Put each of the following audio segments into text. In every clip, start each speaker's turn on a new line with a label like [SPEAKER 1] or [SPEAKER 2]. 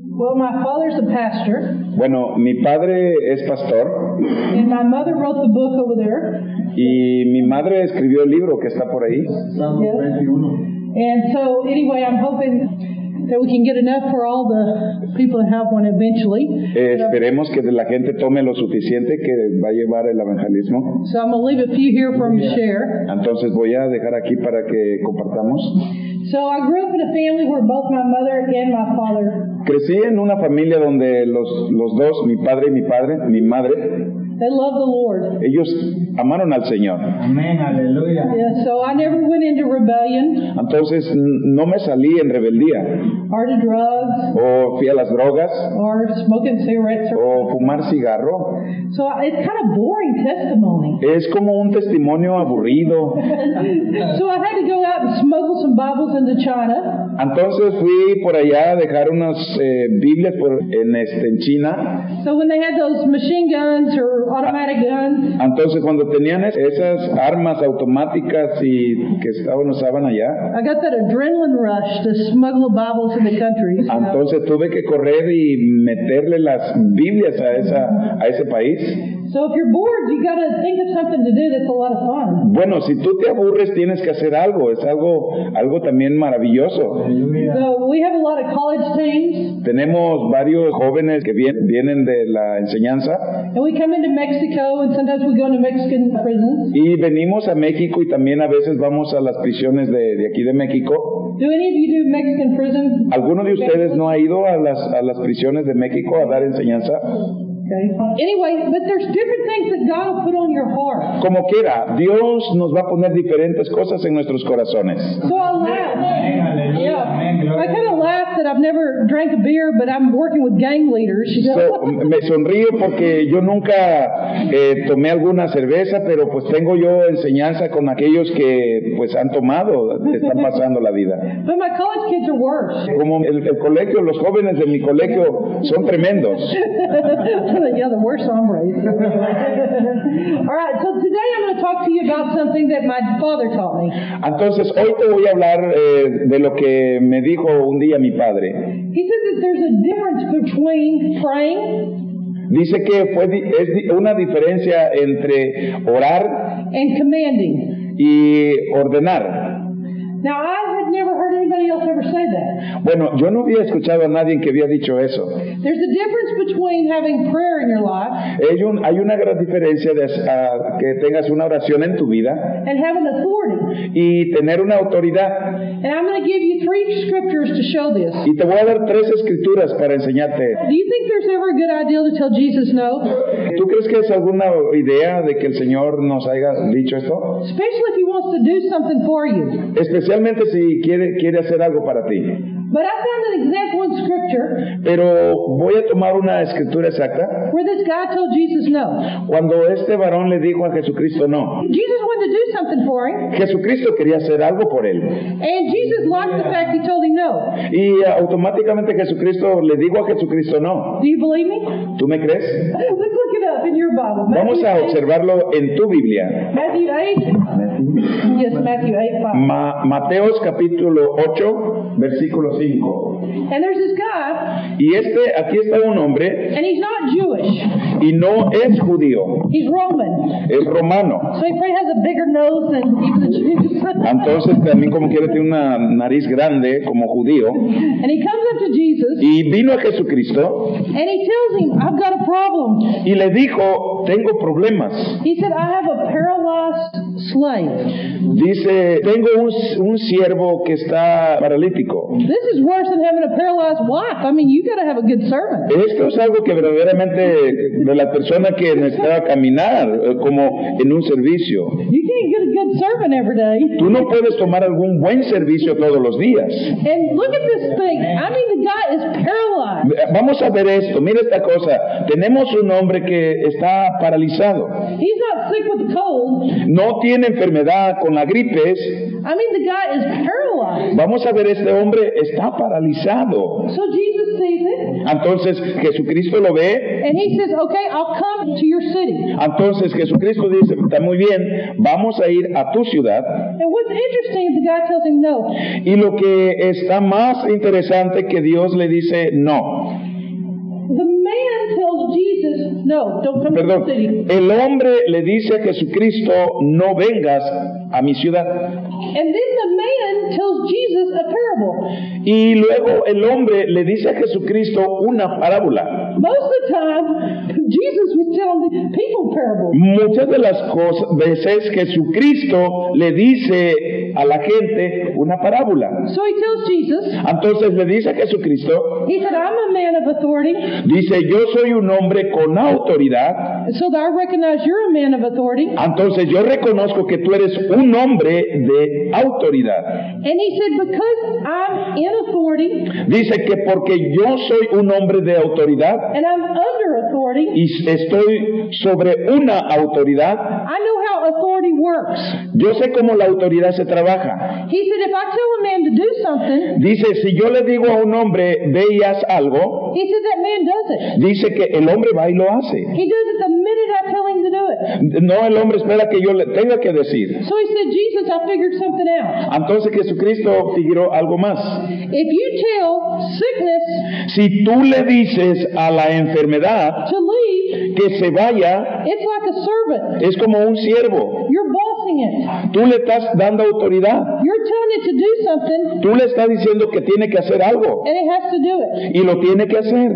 [SPEAKER 1] Well, my father's a pastor,
[SPEAKER 2] Bueno, mi padre es pastor
[SPEAKER 1] and my mother wrote the book over there.
[SPEAKER 2] y mi madre escribió el libro que está por ahí.
[SPEAKER 3] Salmo
[SPEAKER 1] Yeah.
[SPEAKER 3] 21.
[SPEAKER 1] And so, anyway, I'm hoping that we can get enough for all the people that have one eventually.
[SPEAKER 2] Eh, esperemos que la gente tome lo suficiente que va a llevar el evangelismo.
[SPEAKER 1] So, I'm going to leave a few here for them to share.
[SPEAKER 2] Entonces voy a dejar aquí para que compartamos.
[SPEAKER 1] So, I grew up in a family where both my mother and my father
[SPEAKER 2] Crecí en una familia donde los, los dos, mi padre y mi padre, mi madre,
[SPEAKER 1] they love the Lord.
[SPEAKER 2] ellos amaron al Señor.
[SPEAKER 3] Amén, aleluya.
[SPEAKER 1] Yeah, so I never went into rebellion
[SPEAKER 2] Entonces n- no me salí en rebeldía
[SPEAKER 1] or to drugs
[SPEAKER 2] o fui a las drogas
[SPEAKER 1] or smoking cigarettes. Or,
[SPEAKER 2] o fumar cigarro.
[SPEAKER 1] so I, it's kind of boring testimony.
[SPEAKER 2] Es como un testimonio aburrido.
[SPEAKER 1] So I had to go out and smuggle some Bibles into China.
[SPEAKER 2] Entonces fui por allá a dejar unas eh, Biblias por- en, este, en China.
[SPEAKER 1] So when they had those machine guns or automatic guns,
[SPEAKER 2] Entonces cuando tenían es- esas armas automáticas y que estaban usaban allá,
[SPEAKER 1] I got that adrenaline rush to smuggle Bibles into countries. you know.
[SPEAKER 2] entonces tuve que correr y meterle las Biblias a, esa, a ese país.
[SPEAKER 1] So if you're bored, you got to think of something to do that's a lot of fun.
[SPEAKER 2] Bueno, si tú te aburres tienes que hacer algo, es algo, algo también maravilloso.
[SPEAKER 3] Aleluya.
[SPEAKER 1] So we have a lot of college teams,
[SPEAKER 2] Tenemos varios jóvenes que vien- vienen de la enseñanza
[SPEAKER 1] and we come into Mexico, and sometimes we go into Mexican prisons.
[SPEAKER 2] y venimos a México y también a veces vamos a las prisiones de, de aquí de México.
[SPEAKER 1] Do any of you do Mexican prison?
[SPEAKER 2] ¿Alguno de ustedes no ha ido a las, a las prisiones de México a dar enseñanza?
[SPEAKER 1] Okay. Anyway, but there's different things that God will put on your heart.
[SPEAKER 2] Como quiera, Dios nos va a poner diferentes cosas en nuestros corazones.
[SPEAKER 1] So I laughed.
[SPEAKER 3] Amén, aleluya. Amén,
[SPEAKER 1] Yeah. I
[SPEAKER 3] gloria. a
[SPEAKER 1] kind
[SPEAKER 3] Dios.
[SPEAKER 1] of laughed that I've never drank a beer, but I'm working with gang leaders. You
[SPEAKER 2] So,
[SPEAKER 1] know?
[SPEAKER 2] me sonrío porque yo nunca eh, tomé alguna cerveza, pero pues tengo yo enseñanza con aquellos que pues han tomado, están pasando la vida.
[SPEAKER 1] But my college kids are worse.
[SPEAKER 2] Como el, el colegio, los jóvenes de mi colegio son tremendos.
[SPEAKER 1] yeah, the worst hombres. All right, so today I'm going to talk to you about something that my father taught me.
[SPEAKER 2] Entonces, hoy te voy a hablar eh, de lo que me dijo un día mi padre.
[SPEAKER 1] He says that there's a difference between praying
[SPEAKER 2] Dice que fue, di- es di- una diferencia entre orar
[SPEAKER 1] and commanding.
[SPEAKER 2] y ordenar.
[SPEAKER 1] Now, I had never heard anybody else ever say that.
[SPEAKER 2] Bueno, yo no había escuchado a nadie que había dicho eso.
[SPEAKER 1] There's a difference between having prayer in your life
[SPEAKER 2] Hay, un- hay una gran diferencia de as- a que tengas una oración en tu vida
[SPEAKER 1] and having authority.
[SPEAKER 2] y tener una autoridad.
[SPEAKER 1] And I'm going to give you three scriptures to show this.
[SPEAKER 2] Y te voy a dar tres escrituras para enseñarte.
[SPEAKER 1] Do you think there's ever a good idea to tell Jesus no?
[SPEAKER 2] ¿Tú crees que es alguna idea de que el Señor nos haya dicho esto?
[SPEAKER 1] Especially if he wants to do something for you.
[SPEAKER 2] Especialmente si quiere, quiere hacer algo para ti.
[SPEAKER 1] But I found an example in scripture
[SPEAKER 2] Pero voy a tomar una escritura exacta.
[SPEAKER 1] where this guy told Jesus no.
[SPEAKER 2] Cuando este varón le dijo a Jesucristo no,
[SPEAKER 1] Jesus wanted to do something for him,
[SPEAKER 2] Jesucristo quería hacer algo por él.
[SPEAKER 1] and Jesus liked the fact he told him no.
[SPEAKER 2] Y automáticamente Jesucristo le dijo a Jesucristo no.
[SPEAKER 1] Do you believe me?
[SPEAKER 2] ¿Tú me crees?
[SPEAKER 1] Let's look it up in your Bible.
[SPEAKER 2] Vamos a
[SPEAKER 1] Matthew 8.
[SPEAKER 2] observarlo en tu Biblia.
[SPEAKER 1] Matthew 8. Yes, Matthew 8, 5.
[SPEAKER 2] Ma- Mateos capítulo 8, versículo 5.
[SPEAKER 1] And there's this guy,
[SPEAKER 2] Y este, aquí está un hombre
[SPEAKER 1] and he's not Jewish.
[SPEAKER 2] y no es judío,
[SPEAKER 1] He's Roman.
[SPEAKER 2] es romano.
[SPEAKER 1] So he probably has a bigger nose than even the Jews.
[SPEAKER 2] Um, Entonces también como quiere tiene una nariz grande como judío.
[SPEAKER 1] and he comes up to Jesus,
[SPEAKER 2] Y vino a Jesucristo
[SPEAKER 1] and he tells him, I've got a problem.
[SPEAKER 2] y le dijo, tengo problemas.
[SPEAKER 1] He said, I have a paralyzed slave.
[SPEAKER 2] Dice, tengo un, un siervo que está paralítico.
[SPEAKER 1] This is worse than having a paralyzed wife. I mean, you got to have a good servant.
[SPEAKER 2] Esto es algo que verdaderamente de la persona que necesitaba caminar eh, como en un servicio.
[SPEAKER 1] You can't get a good servant every day.
[SPEAKER 2] Tú no puedes tomar algún buen servicio todos los días.
[SPEAKER 1] And look at this thing. I mean, the guy is paralyzed.
[SPEAKER 2] Vamos a ver esto, mira esta cosa. Tenemos un hombre que está paralizado,
[SPEAKER 1] He's not sick with a cold.
[SPEAKER 2] no tiene enfermedad con la gripes.
[SPEAKER 1] I mean, the guy is paralyzed.
[SPEAKER 2] Vamos a ver, este hombre está paralizado.
[SPEAKER 1] So Jesus sees it,
[SPEAKER 2] Entonces Jesucristo lo ve,
[SPEAKER 1] and he says, Okay, I'll come to your city.
[SPEAKER 2] entonces Jesucristo dice, está muy bien, vamos a ir a tu ciudad.
[SPEAKER 1] And what's interesting is the guy tells him no.
[SPEAKER 2] Y lo que está más interesante que Dios le dice, no.
[SPEAKER 1] tells Jesus, no, don't come to
[SPEAKER 2] Perdón,
[SPEAKER 1] the city.
[SPEAKER 2] el hombre le dice a Jesucristo, no vengas a mi ciudad.
[SPEAKER 1] And then the man tells Jesus a parable.
[SPEAKER 2] Y luego el hombre le dice a Jesucristo una parábola.
[SPEAKER 1] Most of the time, Jesus was telling the people parables.
[SPEAKER 2] Muchas de las cosas, veces Jesucristo le dice a la gente una parábola.
[SPEAKER 1] So he tells Jesus,
[SPEAKER 2] Entonces le dice a Jesucristo,
[SPEAKER 1] he said, I'm a man of authority,
[SPEAKER 2] dice, yo soy un hombre con autoridad.
[SPEAKER 1] so that I recognize you're a man of authority.
[SPEAKER 2] Entonces yo reconozco que tú eres un hombre de autoridad.
[SPEAKER 1] And he said, because I'm in authority
[SPEAKER 2] Dice que porque yo soy un hombre de autoridad
[SPEAKER 1] and I'm under authority,
[SPEAKER 2] y estoy sobre una autoridad,
[SPEAKER 1] I know how authority works.
[SPEAKER 2] yo sé cómo la autoridad se trabaja.
[SPEAKER 1] He said, if I tell a man to do something,
[SPEAKER 2] Dice, si yo le digo a un hombre, ve y haz algo,
[SPEAKER 1] he said, that man does it.
[SPEAKER 2] dice que el hombre va y lo hace.
[SPEAKER 1] He does it the minute I tell him to do it.
[SPEAKER 2] No, el hombre espera que yo le tenga que decir.
[SPEAKER 1] So he said, Jesus, I figured something out.
[SPEAKER 2] Entonces Jesucristo figuró algo más.
[SPEAKER 1] If you tell sickness
[SPEAKER 2] Si tú le dices a la enfermedad
[SPEAKER 1] to leave,
[SPEAKER 2] que se vaya,
[SPEAKER 1] it's like a servant.
[SPEAKER 2] es como un siervo.
[SPEAKER 1] You're bossing it.
[SPEAKER 2] Tú le estás dando autoridad.
[SPEAKER 1] You're telling it to do something,
[SPEAKER 2] Tú le estás diciendo que tiene que hacer algo
[SPEAKER 1] and it has to do it.
[SPEAKER 2] y lo tiene que hacer.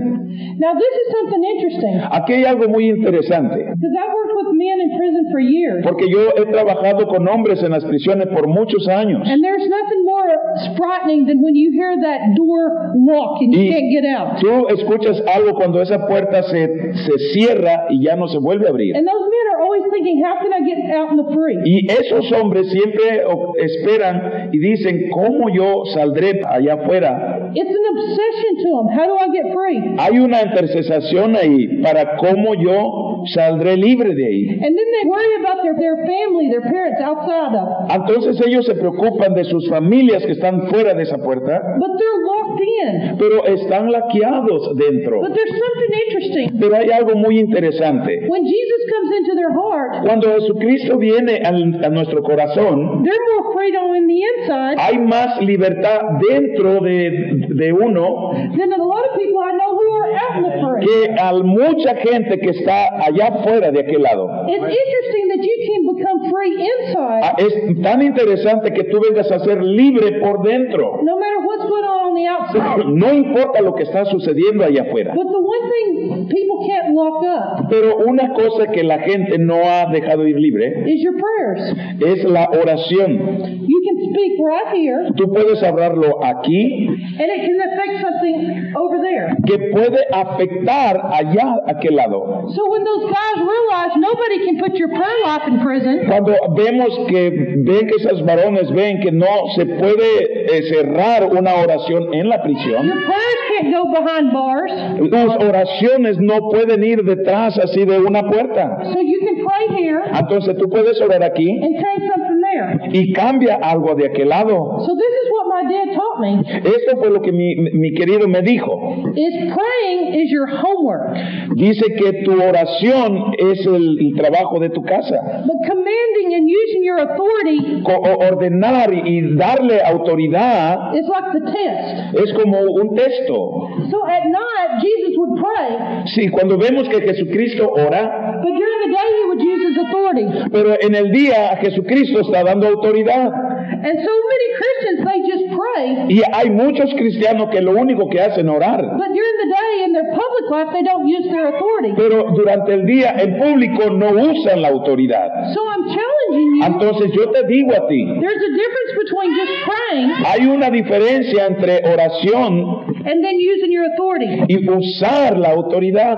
[SPEAKER 1] Now, this is something interesting
[SPEAKER 2] Aquí hay algo muy interesante,
[SPEAKER 1] because I've worked with men in prison for years,
[SPEAKER 2] porque yo he trabajado con hombres en las prisiones por muchos años.
[SPEAKER 1] and there's nothing more frightening than when you hear that door lock and you
[SPEAKER 2] Y-
[SPEAKER 1] can't get out.
[SPEAKER 2] Tú escuchas algo cuando esa puerta se, se cierra y ya no se vuelve a abrir.
[SPEAKER 1] And those men are always thinking, how can I get out in the free?
[SPEAKER 2] Y esos hombres siempre o- esperan y dicen, ¿cómo yo saldré allá afuera?
[SPEAKER 1] It's an obsession to them. How do I get free?
[SPEAKER 2] Hay una intercesación ahí para cómo yo saldré libre de ahí.
[SPEAKER 1] And then they worry about their, their family, their parents outside of.
[SPEAKER 2] Entonces ellos se preocupan de sus familias que están fuera de esa puerta,
[SPEAKER 1] But they're locked in.
[SPEAKER 2] pero están laqueados dentro.
[SPEAKER 1] But there's something interesting.
[SPEAKER 2] Pero hay algo muy interesante.
[SPEAKER 1] When Jesus comes into their heart,
[SPEAKER 2] Cuando Jesucristo viene al- a nuestro corazón,
[SPEAKER 1] they're more freedom on the inside
[SPEAKER 2] hay más libertad dentro de, de uno
[SPEAKER 1] than a lot of people I know who are out in the free.
[SPEAKER 2] que a mucha gente que está allá afuera de aquel lado.
[SPEAKER 1] It's interesting that you can become free inside
[SPEAKER 2] Ah, Es tan interesante que tú vengas a ser libre por dentro.
[SPEAKER 1] no matter what's going on on the outside.
[SPEAKER 2] No importa lo que está sucediendo allá afuera.
[SPEAKER 1] But the one thing people can't lock up
[SPEAKER 2] Pero una cosa que la gente no ha dejado ir libre
[SPEAKER 1] is your prayers.
[SPEAKER 2] es la oración.
[SPEAKER 1] You can speak right here,
[SPEAKER 2] Tú puedes hablarlo aquí,
[SPEAKER 1] and it can affect something over there.
[SPEAKER 2] que puede afectar allá aquel lado.
[SPEAKER 1] So when those guys realize nobody can put your prayer life in prison,
[SPEAKER 2] Cuando vemos que ven que esos varones ven que no se puede eh, cerrar una oración en la prisión,
[SPEAKER 1] your prayers can't go behind bars.
[SPEAKER 2] tus oraciones no pueden ir detrás así de una puerta.
[SPEAKER 1] So you can pray here
[SPEAKER 2] Entonces tú puedes orar aquí
[SPEAKER 1] and change something there.
[SPEAKER 2] y cambia algo de aquel lado.
[SPEAKER 1] So this is what my dad taught me:
[SPEAKER 2] Esto fue lo que mi, mi querido me dijo.
[SPEAKER 1] is praying is your homework,
[SPEAKER 2] Dice que tu oración es el, el trabajo de tu casa.
[SPEAKER 1] but commanding and using your authority
[SPEAKER 2] Co- o- ordenar y darle autoridad
[SPEAKER 1] is like the test.
[SPEAKER 2] es como un texto.
[SPEAKER 1] So at night Jesus would pray,
[SPEAKER 2] Sí, cuando vemos que Jesucristo ora,
[SPEAKER 1] but during the day he would use his authority.
[SPEAKER 2] Pero en el día Jesucristo está dando autoridad.
[SPEAKER 1] And so many Christians they just pray,
[SPEAKER 2] Y hay muchos cristianos que lo único que hacen orar.
[SPEAKER 1] but during the day in their public life they don't use their authority.
[SPEAKER 2] Pero durante el día en público no usan la autoridad.
[SPEAKER 1] So I'm challenging you.
[SPEAKER 2] Entonces yo te digo a ti,
[SPEAKER 1] There's a difference between just praying
[SPEAKER 2] hay una diferencia entre oración
[SPEAKER 1] and then using your authority.
[SPEAKER 2] y usar la autoridad.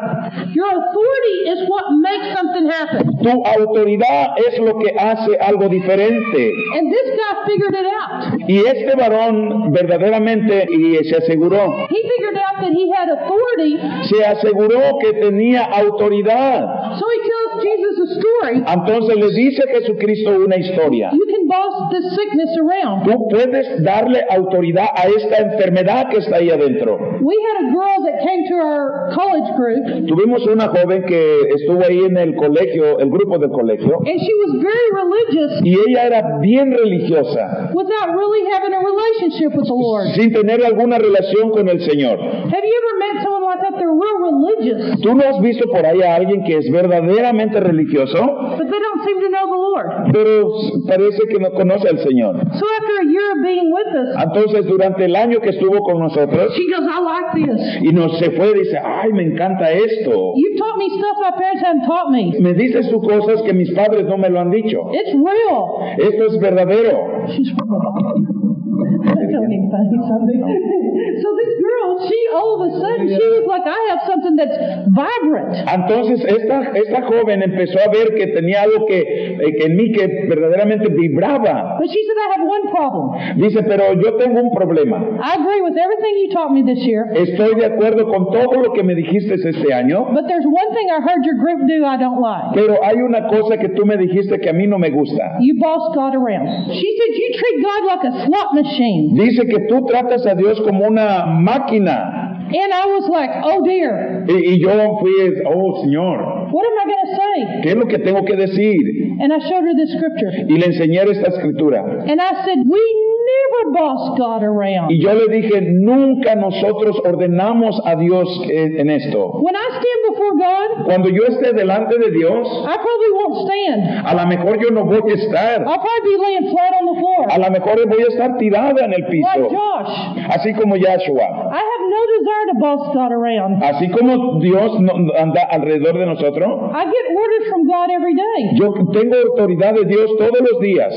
[SPEAKER 1] Your authority is what makes something happen.
[SPEAKER 2] Tu autoridad es lo que hace algo diferente.
[SPEAKER 1] And this guy figured it out.
[SPEAKER 2] Y este varón verdaderamente y se aseguró,
[SPEAKER 1] He figured out that he had authority,
[SPEAKER 2] se aseguró que tenía autoridad.
[SPEAKER 1] so he tells Jesus a story.
[SPEAKER 2] Entonces le dice a Jesucristo una historia.
[SPEAKER 1] You can boss this sickness around.
[SPEAKER 2] Tú puedes darle autoridad a esta enfermedad que está ahí adentro.
[SPEAKER 1] We had a girl that came to our college group,
[SPEAKER 2] Tuvimos una joven que estuvo ahí en el colegio, el grupo del colegio,
[SPEAKER 1] and she was very religious
[SPEAKER 2] y ella era bien religiosa,
[SPEAKER 1] without really having a relationship with the Lord.
[SPEAKER 2] sin tener alguna relación con el Señor.
[SPEAKER 1] Have you ever met someone like that? They're real are religious,
[SPEAKER 2] ¿Tú no has visto por ahí a alguien que es verdaderamente religioso,
[SPEAKER 1] but they don't seem to know the Lord.
[SPEAKER 2] pero parece que no conoce al Señor?
[SPEAKER 1] So after a year of being with us,
[SPEAKER 2] Entonces, durante el año que estuvo con nosotros
[SPEAKER 1] she goes, I like this.
[SPEAKER 2] y nos se fue, dice, ay, me encanta esto.
[SPEAKER 1] You taught me stuff my parents hadn't taught me.
[SPEAKER 2] Me dices tú cosas que mis padres no me lo han dicho.
[SPEAKER 1] It's real.
[SPEAKER 2] Esto es verdadero.
[SPEAKER 1] She's don't even find something. so this girl, she all of a sudden, she was like, I have something that's vibrant.
[SPEAKER 2] Entonces esta, esta joven empezó a ver que tenía algo que, eh, que en mí que verdaderamente vibraba.
[SPEAKER 1] But she said, I have one problem.
[SPEAKER 2] Dice, pero yo tengo un problema.
[SPEAKER 1] I agree with everything you taught me this year,
[SPEAKER 2] Estoy de acuerdo con todo lo que me dijiste este año,
[SPEAKER 1] but there's one thing I heard your group do I don't like.
[SPEAKER 2] pero hay una cosa que tú me dijiste que a mí no me gusta.
[SPEAKER 1] You boss God around. She said, You treat God like a slot machine.
[SPEAKER 2] Dice que tú tratas a Dios como una máquina.
[SPEAKER 1] And I was like, Oh dear,
[SPEAKER 2] Y, y yo fui, oh Señor,
[SPEAKER 1] what am I going to say?
[SPEAKER 2] ¿qué es lo que tengo que decir?
[SPEAKER 1] And I showed her this scripture.
[SPEAKER 2] Y le enseñé esta escritura.
[SPEAKER 1] And I said, We never boss God around.
[SPEAKER 2] Y yo le dije, nunca nosotros ordenamos a Dios en en esto.
[SPEAKER 1] When I stand before God,
[SPEAKER 2] Cuando yo esté delante de Dios,
[SPEAKER 1] I probably won't stand.
[SPEAKER 2] a lo mejor yo no voy a estar.
[SPEAKER 1] I'll probably be laying flat on the floor.
[SPEAKER 2] A lo mejor voy a estar tirada en el
[SPEAKER 1] Like
[SPEAKER 2] piso.
[SPEAKER 1] Josh,
[SPEAKER 2] Así como Yahshua.
[SPEAKER 1] I have no desire to boss God around.
[SPEAKER 2] Así como Dios no- anda alrededor de nosotros.
[SPEAKER 1] I get orders from God every day.
[SPEAKER 2] Yo tengo autoridad de Dios todos los días.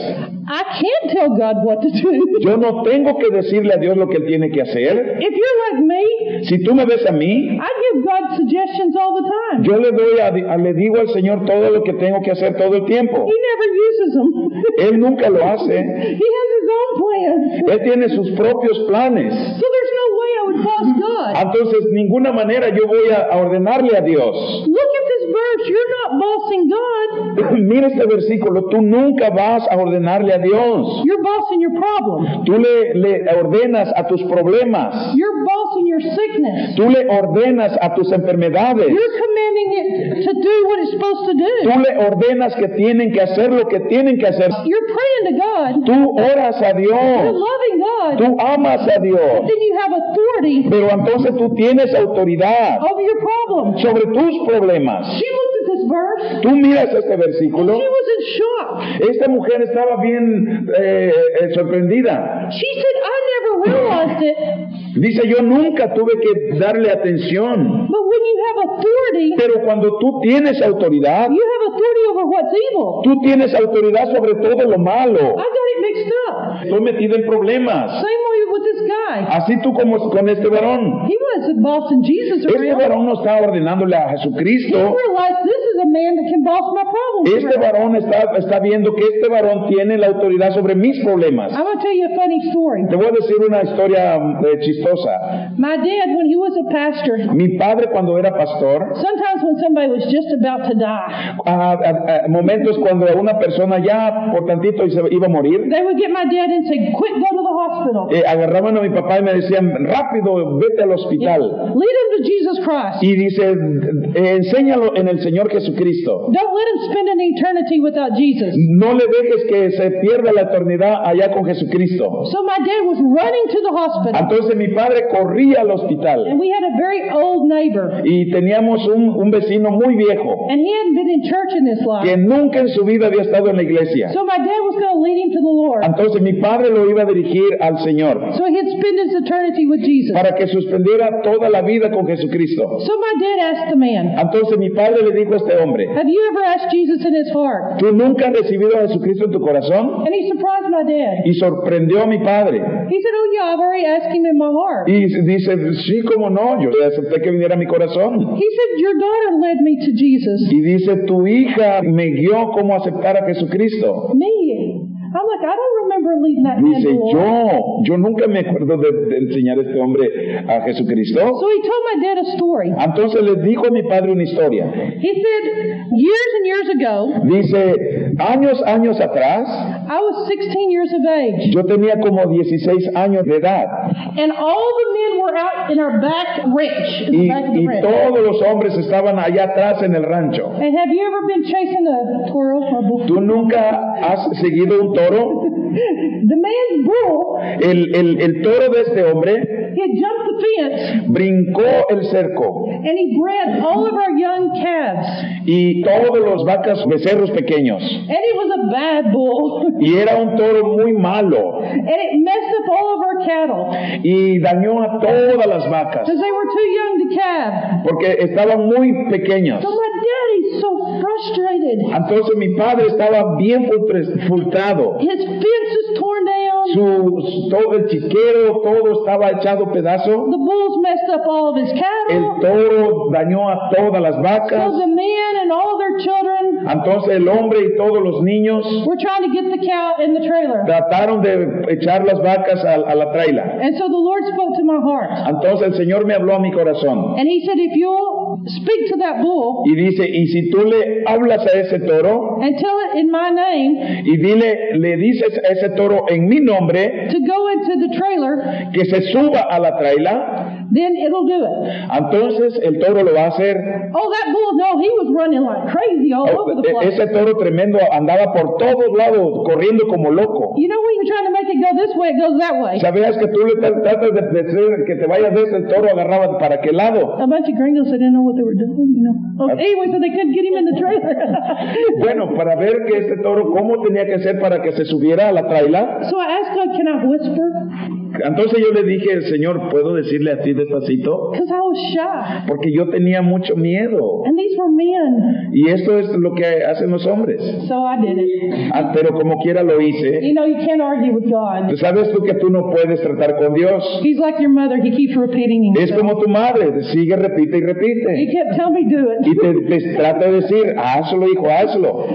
[SPEAKER 1] I can't tell God what to do.
[SPEAKER 2] Yo no tengo que decirle a Dios lo que Él tiene que hacer.
[SPEAKER 1] If you're like me,
[SPEAKER 2] Si tú me ves a mí,
[SPEAKER 1] I give God suggestions all the time.
[SPEAKER 2] yo le doy a- a- le digo al Señor todo lo que tengo que hacer todo el tiempo.
[SPEAKER 1] He never uses them.
[SPEAKER 2] Él nunca lo hace.
[SPEAKER 1] he has his own plans.
[SPEAKER 2] Él tiene sus propios planes.
[SPEAKER 1] So there's no way I would boss God.
[SPEAKER 2] Entonces, ninguna manera yo voy a, a ordenarle a Dios.
[SPEAKER 1] Look at this verse. You're not bossing God.
[SPEAKER 2] Mira este versículo, tú nunca vas a ordenarle a Dios.
[SPEAKER 1] You're bossing your problem.
[SPEAKER 2] Tú le, le ordenas a tus problemas.
[SPEAKER 1] You're bossing your sickness.
[SPEAKER 2] Tú le ordenas a tus enfermedades.
[SPEAKER 1] You're commanding it to do what it's supposed to do.
[SPEAKER 2] Tú le ordenas que tienen que hacer lo que tienen que hacer.
[SPEAKER 1] You're praying to God.
[SPEAKER 2] Tú oras a
[SPEAKER 1] You're
[SPEAKER 2] Dios.
[SPEAKER 1] loving God.
[SPEAKER 2] Tú amas a Dios.
[SPEAKER 1] Then you have authority
[SPEAKER 2] Pero entonces tú tienes autoridad
[SPEAKER 1] over your problem.
[SPEAKER 2] sobre tus problemas.
[SPEAKER 1] She looked at this verse.
[SPEAKER 2] Tú miras este
[SPEAKER 1] She
[SPEAKER 2] versículo.
[SPEAKER 1] was in shock.
[SPEAKER 2] Esta mujer estaba bien eh, eh, sorprendida.
[SPEAKER 1] She said, I never realized it,
[SPEAKER 2] Dice, yo nunca tuve que darle atención.
[SPEAKER 1] but when you have authority,
[SPEAKER 2] Pero cuando tú tienes autoridad,
[SPEAKER 1] you have authority over what's evil.
[SPEAKER 2] tú tienes autoridad sobre todo lo malo.
[SPEAKER 1] I got it mixed up.
[SPEAKER 2] Estoy metido en problemas.
[SPEAKER 1] Same way with this guy.
[SPEAKER 2] Así tú como con este varón.
[SPEAKER 1] He wasn't bossing Jesus
[SPEAKER 2] Este
[SPEAKER 1] around.
[SPEAKER 2] varón no está ordenándole a
[SPEAKER 1] He
[SPEAKER 2] Jesucristo.
[SPEAKER 1] realized this is a man that can boss my problems.
[SPEAKER 2] Este
[SPEAKER 1] around.
[SPEAKER 2] varón está, está viendo que este varón tiene la autoridad sobre mis problemas.
[SPEAKER 1] I'm going to tell you a funny story.
[SPEAKER 2] Te voy a decir una historia eh, chistosa.
[SPEAKER 1] My dad, when he was a pastor,
[SPEAKER 2] Mi padre cuando era pastor,
[SPEAKER 1] sometimes when somebody was just about to die,
[SPEAKER 2] a, a- a momentos cuando una persona ya por tantito y se iba a morir,
[SPEAKER 1] They would get my dad and say, quick, go to the hospital.
[SPEAKER 2] eh, agarraban a mi papá y me decían, rápido, vete al hospital.
[SPEAKER 1] Lead him to Jesus Christ.
[SPEAKER 2] Y dice, "Eh, enséñalo en el Señor Jesucristo.
[SPEAKER 1] Don't let him spend an eternity without Jesus.
[SPEAKER 2] No le dejes que se pierda la eternidad allá con Jesucristo.
[SPEAKER 1] So my dad was running to the hospital,
[SPEAKER 2] Entonces mi padre corría al hospital
[SPEAKER 1] and we had a very old neighbor,
[SPEAKER 2] y teníamos un, un vecino muy viejo
[SPEAKER 1] and he hadn't been in church in his
[SPEAKER 2] que
[SPEAKER 1] life.
[SPEAKER 2] nunca en su vida había estado en la iglesia.
[SPEAKER 1] So my dad was going to lead him to the Lord,
[SPEAKER 2] Entonces mi padre lo iba a dirigir al Señor
[SPEAKER 1] so he'd spend his eternity with Jesus.
[SPEAKER 2] para que suspendiera toda la vida con Jesucristo.
[SPEAKER 1] So my dad asked the man,
[SPEAKER 2] Entonces mi padre le dijo a este hombre,
[SPEAKER 1] Have you ever asked Jesus in his heart?
[SPEAKER 2] ¿tú nunca has recibido a Jesucristo en tu corazón?
[SPEAKER 1] And he surprised my dad.
[SPEAKER 2] Y sorprendió a mi padre.
[SPEAKER 1] He said, Oh, yeah, I've already asked him in my heart.
[SPEAKER 2] Y dice, sí, cómo no, yo acepté que viniera a mi corazón.
[SPEAKER 1] He said, Your daughter led me to Jesus.
[SPEAKER 2] Y dice, tu hija me guió cómo aceptar a Jesucristo.
[SPEAKER 1] me. I'm like, I don't remember leading that man to
[SPEAKER 2] Dice,
[SPEAKER 1] the Lord.
[SPEAKER 2] yo, yo nunca me acuerdo de, de enseñar a este hombre a
[SPEAKER 1] So
[SPEAKER 2] Jesucristo.
[SPEAKER 1] he told my dad a story.
[SPEAKER 2] Entonces le dijo a mi padre una historia.
[SPEAKER 1] He said, years and years ago,
[SPEAKER 2] Dice, años, años atrás,
[SPEAKER 1] I was 16 years of age,
[SPEAKER 2] yo tenía como 16 años de edad.
[SPEAKER 1] and all the men were out in our back ranch, in the
[SPEAKER 2] y,
[SPEAKER 1] back of the
[SPEAKER 2] y
[SPEAKER 1] ranch.
[SPEAKER 2] todos los hombres estaban allá atrás en el rancho.
[SPEAKER 1] And have you ever been chasing a squirrel or a bull?
[SPEAKER 2] Tú nunca has seguido un toro,
[SPEAKER 1] The man's bull
[SPEAKER 2] el, el- el toro de este hombre
[SPEAKER 1] he had jumped the fence
[SPEAKER 2] brincó el cerco
[SPEAKER 1] and he bred all of our young calves.
[SPEAKER 2] y todos los vacas, becerros pequeños.
[SPEAKER 1] And it was a bad bull.
[SPEAKER 2] Y era un toro muy malo
[SPEAKER 1] And it messed up all of our cattle
[SPEAKER 2] y dañó a todas las vacas
[SPEAKER 1] because they were too young to calve.
[SPEAKER 2] porque estaban muy pequeños.
[SPEAKER 1] So my daddy's so frustrated.
[SPEAKER 2] Entonces mi padre estaba bien frustre- frustrado.
[SPEAKER 1] His fence is torn down.
[SPEAKER 2] Su, todo el chiquero, todo estaba echado a pedazo.
[SPEAKER 1] The bulls messed up all of his
[SPEAKER 2] El
[SPEAKER 1] cattle.
[SPEAKER 2] toro dañó a todas las
[SPEAKER 1] So
[SPEAKER 2] vacas.
[SPEAKER 1] the men and all their children
[SPEAKER 2] Entonces el hombre y todos los niños
[SPEAKER 1] were trying to get the cow in the trailer.
[SPEAKER 2] trataron de echar las vacas a, a la traila.
[SPEAKER 1] And so the Lord spoke to my heart.
[SPEAKER 2] Entonces el Señor me habló a mi corazón
[SPEAKER 1] And he said, if you'll speak to that bull
[SPEAKER 2] y dice, y si tú le hablas a ese toro
[SPEAKER 1] and tell it in my name
[SPEAKER 2] y dile, le dices a ese toro en mi nombre
[SPEAKER 1] to go into the trailer,
[SPEAKER 2] que se suba a la traila,
[SPEAKER 1] then it'll do it.
[SPEAKER 2] entonces el toro lo va a hacer.
[SPEAKER 1] Oh, that bull, no, he was running like crazy all over the
[SPEAKER 2] E-
[SPEAKER 1] place.
[SPEAKER 2] Ese toro tremendo andaba por todos lados corriendo como loco.
[SPEAKER 1] You know, when you're trying to make it go this way, it goes that way.
[SPEAKER 2] Sabías que tú le tra- tratas de decir que te vayas de ese el toro agarraba para qué lado.
[SPEAKER 1] A bunch of gringos that didn't know what they were doing, you know. Oh, anyway, so they couldn't get him in the trailer.
[SPEAKER 2] Bueno, para ver que ese toro cómo tenía que hacer para que se subiera a la traila.
[SPEAKER 1] so I asked God, can I whisper?
[SPEAKER 2] Entonces yo le dije, Señor, ¿puedo decirle a ti despacito?
[SPEAKER 1] Because I was shy.
[SPEAKER 2] Porque yo tenía mucho miedo.
[SPEAKER 1] And these were men.
[SPEAKER 2] Y esto es lo que hacen los hombres.
[SPEAKER 1] So I did it.
[SPEAKER 2] Ah, pero como quiera lo hice. Pues,
[SPEAKER 1] You know, you can't argue with God.
[SPEAKER 2] Sabes tú que tú no puedes tratar con Dios.
[SPEAKER 1] He's like your mother. He keeps repeating
[SPEAKER 2] Es
[SPEAKER 1] himself.
[SPEAKER 2] como tu madre, sigue, repite y repite.
[SPEAKER 1] He kept telling me, do
[SPEAKER 2] y
[SPEAKER 1] it.
[SPEAKER 2] te, te trata de decir, hazlo, hijo, hazlo.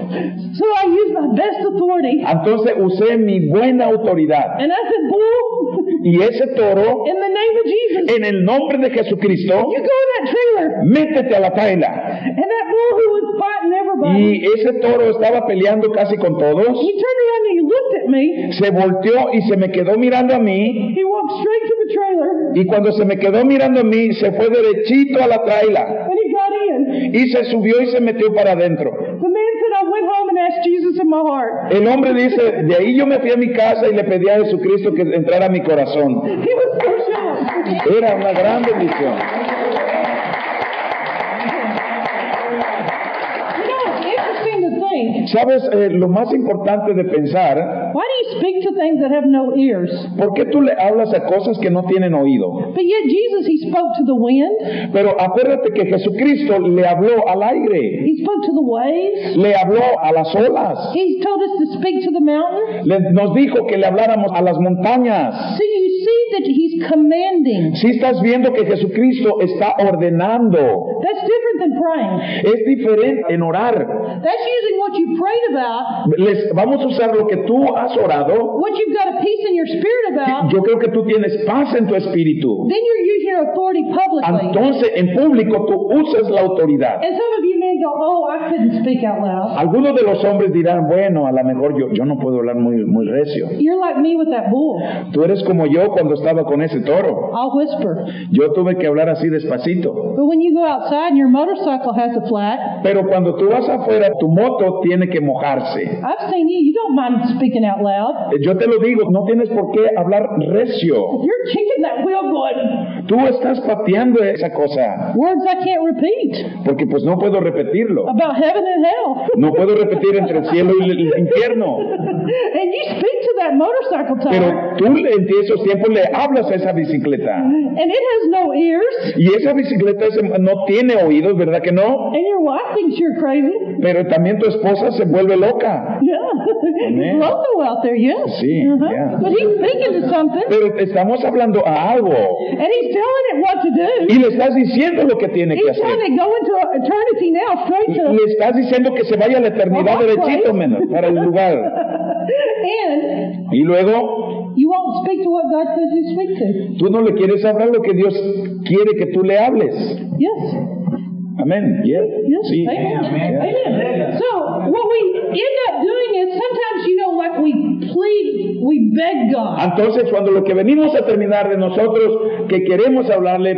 [SPEAKER 1] So I used my best authority.
[SPEAKER 2] Entonces usé mi buena autoridad.
[SPEAKER 1] And I said, bull,
[SPEAKER 2] Y ese toro,
[SPEAKER 1] in the name of Jesus,
[SPEAKER 2] en el nombre de Jesucristo,
[SPEAKER 1] you go in that trailer.
[SPEAKER 2] métete a la traila.
[SPEAKER 1] And that bull who was fighting everybody,
[SPEAKER 2] Y ese toro estaba peleando casi con todos.
[SPEAKER 1] he turned around and he looked at me.
[SPEAKER 2] Se volteó y se me quedó mirando a mí.
[SPEAKER 1] He walked straight to the trailer.
[SPEAKER 2] Y cuando se me quedó mirando a mí, se fue derechito a la traila.
[SPEAKER 1] And he got in.
[SPEAKER 2] Y se subió y se metió para adentro.
[SPEAKER 1] The man said, I went home and asked Jesus in my heart.
[SPEAKER 2] El hombre dice, de ahí yo me fui a mi casa y le pedí a Jesucristo que entrara a mi corazón.
[SPEAKER 1] He was so shocked.
[SPEAKER 2] Era una gran bendición.
[SPEAKER 1] You know, it's interesting to think.
[SPEAKER 2] Sabes, Eh, lo más importante de pensar,
[SPEAKER 1] Why do you speak to things that have no ears?
[SPEAKER 2] ¿por qué tú le hablas a cosas que no tienen oído?
[SPEAKER 1] But yet Jesus, he spoke to the wind.
[SPEAKER 2] Pero acuérdate que Jesucristo le habló al aire,
[SPEAKER 1] He spoke to the waves.
[SPEAKER 2] le habló a las olas,
[SPEAKER 1] He told us to speak to the mountain.
[SPEAKER 2] le- nos dijo que le habláramos a las montañas.
[SPEAKER 1] So you see that he's commanding.
[SPEAKER 2] Si estás viendo que Jesucristo está ordenando,
[SPEAKER 1] That's different than praying.
[SPEAKER 2] es diferente en orar.
[SPEAKER 1] That's using what you prayed about,
[SPEAKER 2] Les, vamos a usar lo que tú has orado.
[SPEAKER 1] what you've got a peace in your spirit about.
[SPEAKER 2] Yo creo que tú tienes paz en tu espíritu.
[SPEAKER 1] Then you're using your authority publicly.
[SPEAKER 2] Entonces, en público tú usas la autoridad.
[SPEAKER 1] And some of you men go, oh, I couldn't speak out loud.
[SPEAKER 2] Algunos de los hombres dirán, bueno, a lo mejor yo, yo no puedo hablar muy, muy recio.
[SPEAKER 1] You're like me with that bull.
[SPEAKER 2] Tú eres como yo cuando estaba con ese toro.
[SPEAKER 1] I'll whisper.
[SPEAKER 2] Yo tuve que hablar así despacito.
[SPEAKER 1] But when you go outside and your motorcycle has a flat,
[SPEAKER 2] Pero cuando tú vas afuera, tu moto tiene que mojarse. Eh,
[SPEAKER 1] I've seen you. You don't mind speaking out loud.
[SPEAKER 2] Yo te lo digo, no tienes por qué hablar recio.
[SPEAKER 1] You're kicking that wheel going,
[SPEAKER 2] Tú estás pateando esa cosa,
[SPEAKER 1] words I can't repeat
[SPEAKER 2] porque pues no puedo repetirlo.
[SPEAKER 1] about heaven and hell.
[SPEAKER 2] No puedo repetir entre el cielo y el infierno.
[SPEAKER 1] and you speak to that motorcycle tire,
[SPEAKER 2] Pero tú en esos tiempos le hablas a esa bicicleta.
[SPEAKER 1] and it has no ears.
[SPEAKER 2] Y esa bicicleta es- no tiene oídos, ¿verdad que no?
[SPEAKER 1] And your wife thinks you're crazy.
[SPEAKER 2] Pero también tu esposa se vuelve loca.
[SPEAKER 1] Yeah.
[SPEAKER 2] Amen.
[SPEAKER 1] It's loco out there, yes.
[SPEAKER 2] Sí,
[SPEAKER 1] Uh-huh.
[SPEAKER 2] yeah.
[SPEAKER 1] But he's speaking to something,
[SPEAKER 2] Pero estamos hablando a algo
[SPEAKER 1] and he's telling it what to do.
[SPEAKER 2] y le estás diciendo lo que tiene que
[SPEAKER 1] He's
[SPEAKER 2] hacer.
[SPEAKER 1] telling it go into eternity now, straight to
[SPEAKER 2] Le estás diciendo que se vaya a la eternidad derechito, menos, para el lugar.
[SPEAKER 1] And
[SPEAKER 2] Y luego
[SPEAKER 1] you won't speak to what God says you speak to.
[SPEAKER 2] tú no le quieres hablar lo que Dios quiere que tú le hables.
[SPEAKER 1] Yes.
[SPEAKER 2] Amén. Yeah.
[SPEAKER 1] Yes.
[SPEAKER 2] Sí.
[SPEAKER 1] Amen.
[SPEAKER 3] Amen.
[SPEAKER 1] Amen. So what we end up doing is sometimes you know like we plead, we beg God.
[SPEAKER 2] Entonces, cuando lo que venimos a terminar de nosotros, que queremos hablarle,